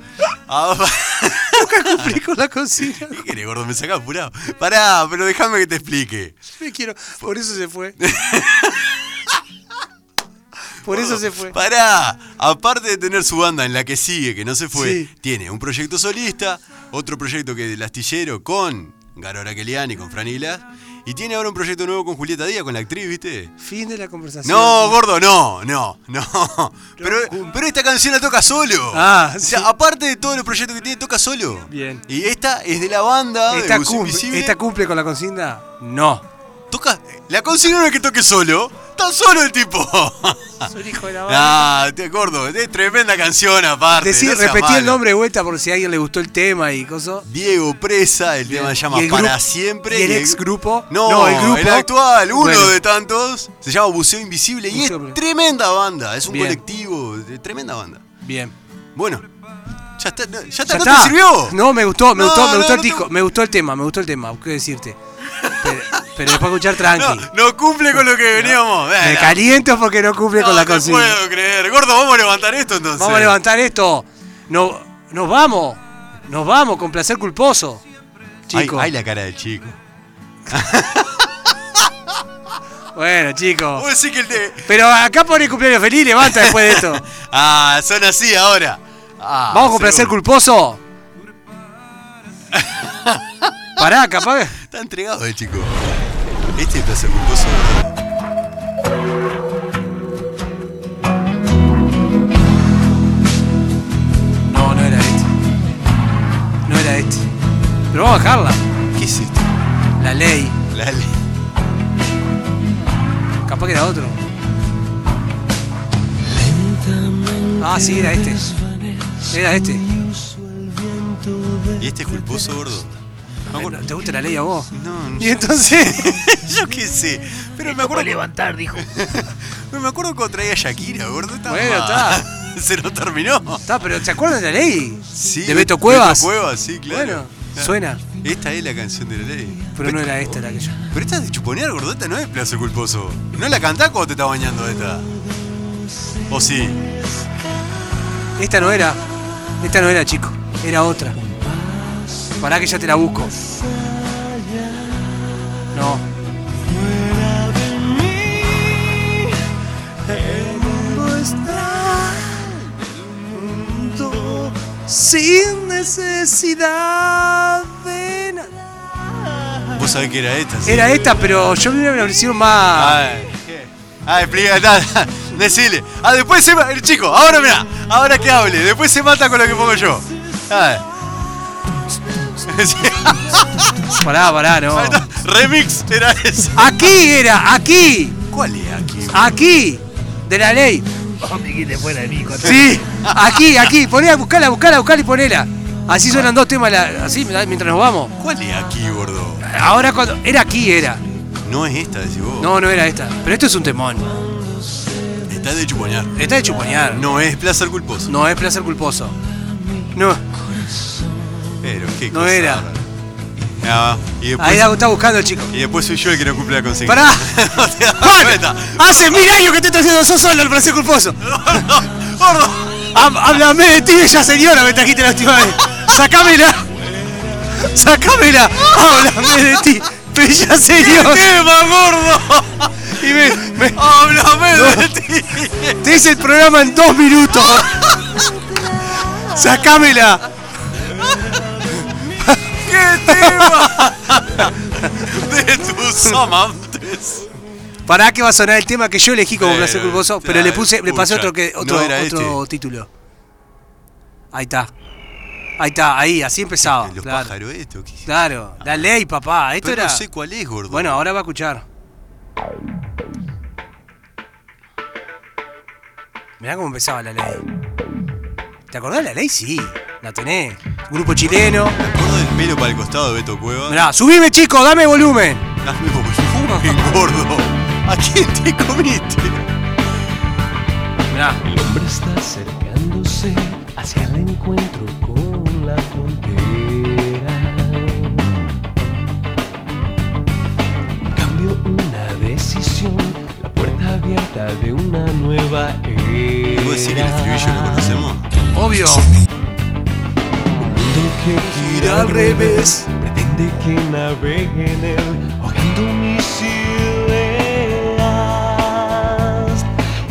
Speaker 4: Ah,
Speaker 5: Nunca cumplí con la consigna.
Speaker 4: ¿Qué querés, gordo? Me sacás apurado. Pará, pero déjame que te explique.
Speaker 5: Me quiero. Por eso se fue. Por eso se fue.
Speaker 4: Pará. Aparte de tener su banda en la que sigue, que no se fue,
Speaker 5: Sí.
Speaker 4: tiene un proyecto solista, otro proyecto que es el astillero con Garo Raquelian y con Franila. Y tiene ahora un proyecto nuevo con Julieta Díaz, con la actriz, ¿viste?
Speaker 5: Fin de la conversación.
Speaker 4: No, gordo, no, no, no. Pero, pero esta canción la toca solo.
Speaker 5: Ah,
Speaker 4: O sea, aparte de todos los proyectos que tiene, toca solo.
Speaker 5: Bien.
Speaker 4: Y esta es de la banda. de
Speaker 5: ¿Esta
Speaker 4: Buceo
Speaker 5: cumple,
Speaker 4: Invisible.
Speaker 5: ¿Esta cumple con la consigna? No.
Speaker 4: Toca. La consigna no es que toque solo. Está solo el tipo.
Speaker 5: Soy hijo de la
Speaker 4: ah, te gordo, es tremenda canción aparte.
Speaker 5: Decir,
Speaker 4: no seas
Speaker 5: repetí el
Speaker 4: malo.
Speaker 5: nombre de vuelta por si a alguien le gustó el tema y cosas.
Speaker 4: Diego Presa, el tema se llama
Speaker 5: ¿Y el
Speaker 4: Para
Speaker 5: grupo?
Speaker 4: Siempre.
Speaker 5: ¿Y el ex grupo?
Speaker 4: No,
Speaker 5: No,
Speaker 4: el
Speaker 5: el grupo.
Speaker 4: actual, uno
Speaker 5: Bueno.
Speaker 4: de tantos. Se llama Buceo Invisible y
Speaker 5: Buceo-
Speaker 4: es tremenda banda. Es un
Speaker 5: Bien.
Speaker 4: colectivo, de tremenda banda.
Speaker 5: Bien.
Speaker 4: Bueno, ya está, no, ya está,
Speaker 5: ¿Ya
Speaker 4: no
Speaker 5: está?
Speaker 4: te sirvió.
Speaker 5: No, me gustó, me
Speaker 4: No,
Speaker 5: gustó,
Speaker 4: no,
Speaker 5: me gustó
Speaker 4: no
Speaker 5: el tico,
Speaker 4: te-
Speaker 5: me gustó el tema, me gustó el tema, qué decirte. Pero, pero después escuchar tranqui.
Speaker 4: No, no cumple con lo que veníamos.
Speaker 5: me
Speaker 4: Bueno,
Speaker 5: caliento porque no cumple
Speaker 4: no,
Speaker 5: con la
Speaker 4: no
Speaker 5: consigna.
Speaker 4: puedo creer. Gordo, vamos a levantar esto entonces.
Speaker 5: Vamos a levantar esto. No, nos vamos. Nos vamos con placer culposo.
Speaker 4: Ay,
Speaker 5: Chico.
Speaker 4: Ay, la cara del chico.
Speaker 5: Bueno, chicos.
Speaker 4: Vos decís que el de...
Speaker 5: Pero acá pone cumpleaños feliz, levanta después de esto.
Speaker 4: Ah, son así ahora. Ah,
Speaker 5: Vamos con placer
Speaker 4: seguro.
Speaker 5: culposo. Pará, capaz.
Speaker 4: Está entregado el chico. Este es placer culposo.
Speaker 5: No, no era este. No era este. Pero vamos a dejarla.
Speaker 4: ¿Qué es esto?
Speaker 5: La ley.
Speaker 4: La ley.
Speaker 5: Capaz que era otro. Ah, sí, era este. Era este.
Speaker 4: ¿Y este es culposo, gordo? Me acuerdo-
Speaker 5: ¿Te gusta la ley a vos?
Speaker 4: No, no.
Speaker 5: Y entonces.
Speaker 4: Yo qué sé. Pero me acuerdo. levantar, dijo. Pero me acuerdo cuando traía a Shakira, gordo. Está
Speaker 5: Bueno,
Speaker 4: mal. Se nos terminó.
Speaker 5: Está, pero ¿se acuerdan de la ley?
Speaker 4: Sí,
Speaker 5: ¿De Beto Cuevas?
Speaker 4: Beto Cuevas, sí, claro.
Speaker 5: Bueno,
Speaker 4: Claro.
Speaker 5: suena.
Speaker 4: Esta es la canción de la ley.
Speaker 5: Pero no era esta la que yo.
Speaker 4: Pero esta es de chuponear, gordo. Esta no es placer culposo. ¿No la cantás cuando te estás bañando esta? ¿O sí?
Speaker 5: Esta no era. Esta no era, chico. Era otra. Pará que ya te la busco. No. Sin necesidad de nada.
Speaker 4: Vos sabés que era esta, sí.
Speaker 5: Era esta, pero yo vi una versión más.
Speaker 4: Ay, ¿qué? Ay, explica, está. Decile. Ah, después se mata. El chico, ahora mirá. Ahora que hable. Después se mata con lo que pongo yo. Ay. Sí.
Speaker 5: Pará, pará, no.
Speaker 4: Remix era ese.
Speaker 5: Aquí era, aquí,
Speaker 4: ¿Cuál es aquí?
Speaker 5: aquí, de la ley. Sí, aquí, aquí, ponela, buscala, buscala, buscala y ponela. Así suenan dos temas, la- así mientras nos vamos.
Speaker 4: ¿Cuál es aquí, gordo?
Speaker 5: Ahora cuando. Era aquí, era.
Speaker 4: No es esta, decís vos.
Speaker 5: No, no era esta. Pero esto es un temón.
Speaker 4: Está de chuponear.
Speaker 5: Está de chuponear.
Speaker 4: No es placer culposo.
Speaker 5: No es placer culposo. No,
Speaker 4: Pero qué
Speaker 5: No
Speaker 4: cosa
Speaker 5: era.
Speaker 4: rara. Ah, y después,
Speaker 5: ahí la está buscando el chico.
Speaker 4: y después soy yo el que no cumple la consigna.
Speaker 5: Pará.
Speaker 4: no te das cuenta.
Speaker 5: Juan, hace mil años que te estás haciendo sos solo el placer culposo.
Speaker 4: Gordo.
Speaker 5: Hab- Háblame de ti, bella señora, me trajiste la última vez. Sacámela. Sacámela. Háblame de ti, bella señora.
Speaker 4: tema, gordo!
Speaker 5: Y me, me-
Speaker 4: ¡Háblame de ti!
Speaker 5: te hice el programa en dos minutos. Sacámela.
Speaker 4: De tus amantes.
Speaker 5: Pará que va a sonar el tema que yo elegí como
Speaker 4: Pero,
Speaker 5: placer culposo, pero
Speaker 4: claro,
Speaker 5: le puse, le pasé
Speaker 4: escucha,
Speaker 5: otro que otro,
Speaker 4: no era este.
Speaker 5: otro título. Ahí está. Ahí está, ahí, así empezaba.
Speaker 4: Los
Speaker 5: Ah, claro.
Speaker 4: pájaros, esto. ¿qué?
Speaker 5: Claro, la ley, papá. Esto
Speaker 4: Pero
Speaker 5: era.
Speaker 4: no sé cuál es, gordo.
Speaker 5: Bueno, ahora va a escuchar. Mirá cómo empezaba la ley. ¿Te acordás de la ley? Sí, la tenés. Grupo chileno.
Speaker 4: Me acuerdo del pelo para el costado de Beto Cueva.
Speaker 5: Mirá, subime, chico, dame volumen.
Speaker 4: Dame volumen, pues, gordo. ¿A quién te comiste?
Speaker 5: Mirá.
Speaker 10: El hombre está acercándose hacia el encuentro con la frontera. Cambio una decisión, la puerta abierta de una nueva era.
Speaker 4: ¿Puedo decir que el estribillo lo conocemos?
Speaker 5: Obvio.
Speaker 10: Mundo que gira al revés, pretende que navegue en él, ahogando mis ideas.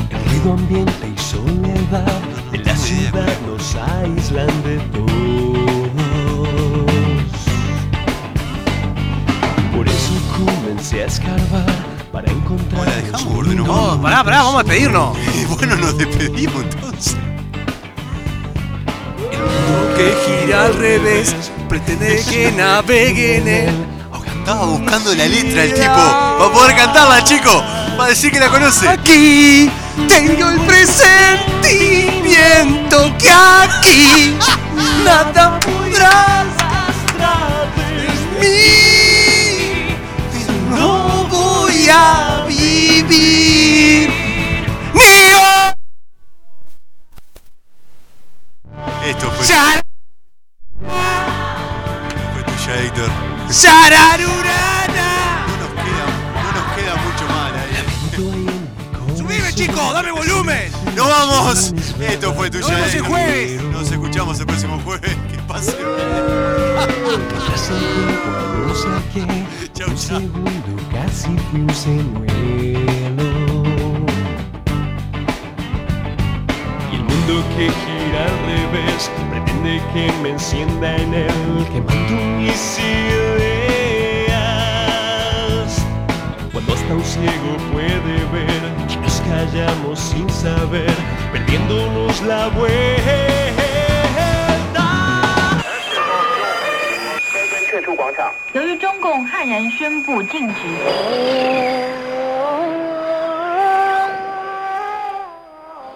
Speaker 10: El ruido ambiente y soledad de la ciudad nos aíslan de todos. Por eso comencé a escarbar para encontrar.
Speaker 4: Bueno, la dejamos, gordo, y nos vamos.
Speaker 5: No, Oh, pará, pará, vamos a despedirnos.
Speaker 4: Y bueno, nos despedimos entonces.
Speaker 5: Que gira al revés, pretende que navegue en él.
Speaker 4: Oh, Estaba buscando la letra el tipo. Va a poder cantarla, chico. Va a decir que la conoce.
Speaker 5: Aquí tengo el presentimiento que aquí nada podrás mí. No voy a vivir ni hoy.
Speaker 4: Esto fue,
Speaker 5: Shar-
Speaker 4: fue tuya, Héctor.
Speaker 5: shararurana.
Speaker 4: No nos queda, no nos queda mucho mal ahí.
Speaker 5: Subime, chico, dame volumen.
Speaker 4: ¡Nos vamos! Esto fue tuya,
Speaker 5: Nos vemos el
Speaker 4: Héctor.
Speaker 5: jueves.
Speaker 4: Nos escuchamos el próximo jueves. Que pasen bien.
Speaker 10: Pasa el tiempo, no sé a qué.
Speaker 4: Chau,
Speaker 10: Un
Speaker 4: chau.
Speaker 10: segundo casi fui un señuelo. Y el mundo que gira al revés pretende que me encienda en él, quemando mis ideas. Cuando hasta un ciego puede ver, y nos callamos sin saber, perdiéndonos la vuelta.
Speaker 11: 由于中共悍然宣布禁止。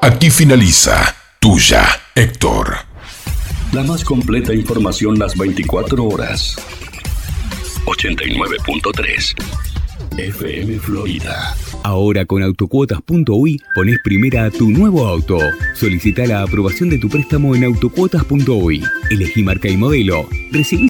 Speaker 2: Aquí finaliza Tuya, Héctor.
Speaker 1: La más completa información las 24 horas. 89.3 FM Florida.
Speaker 12: Ahora con autocuotas.ui pones primera a tu nuevo auto. Solicita la aprobación de tu préstamo en autocuotas.ui. Elegí marca y modelo. Recibís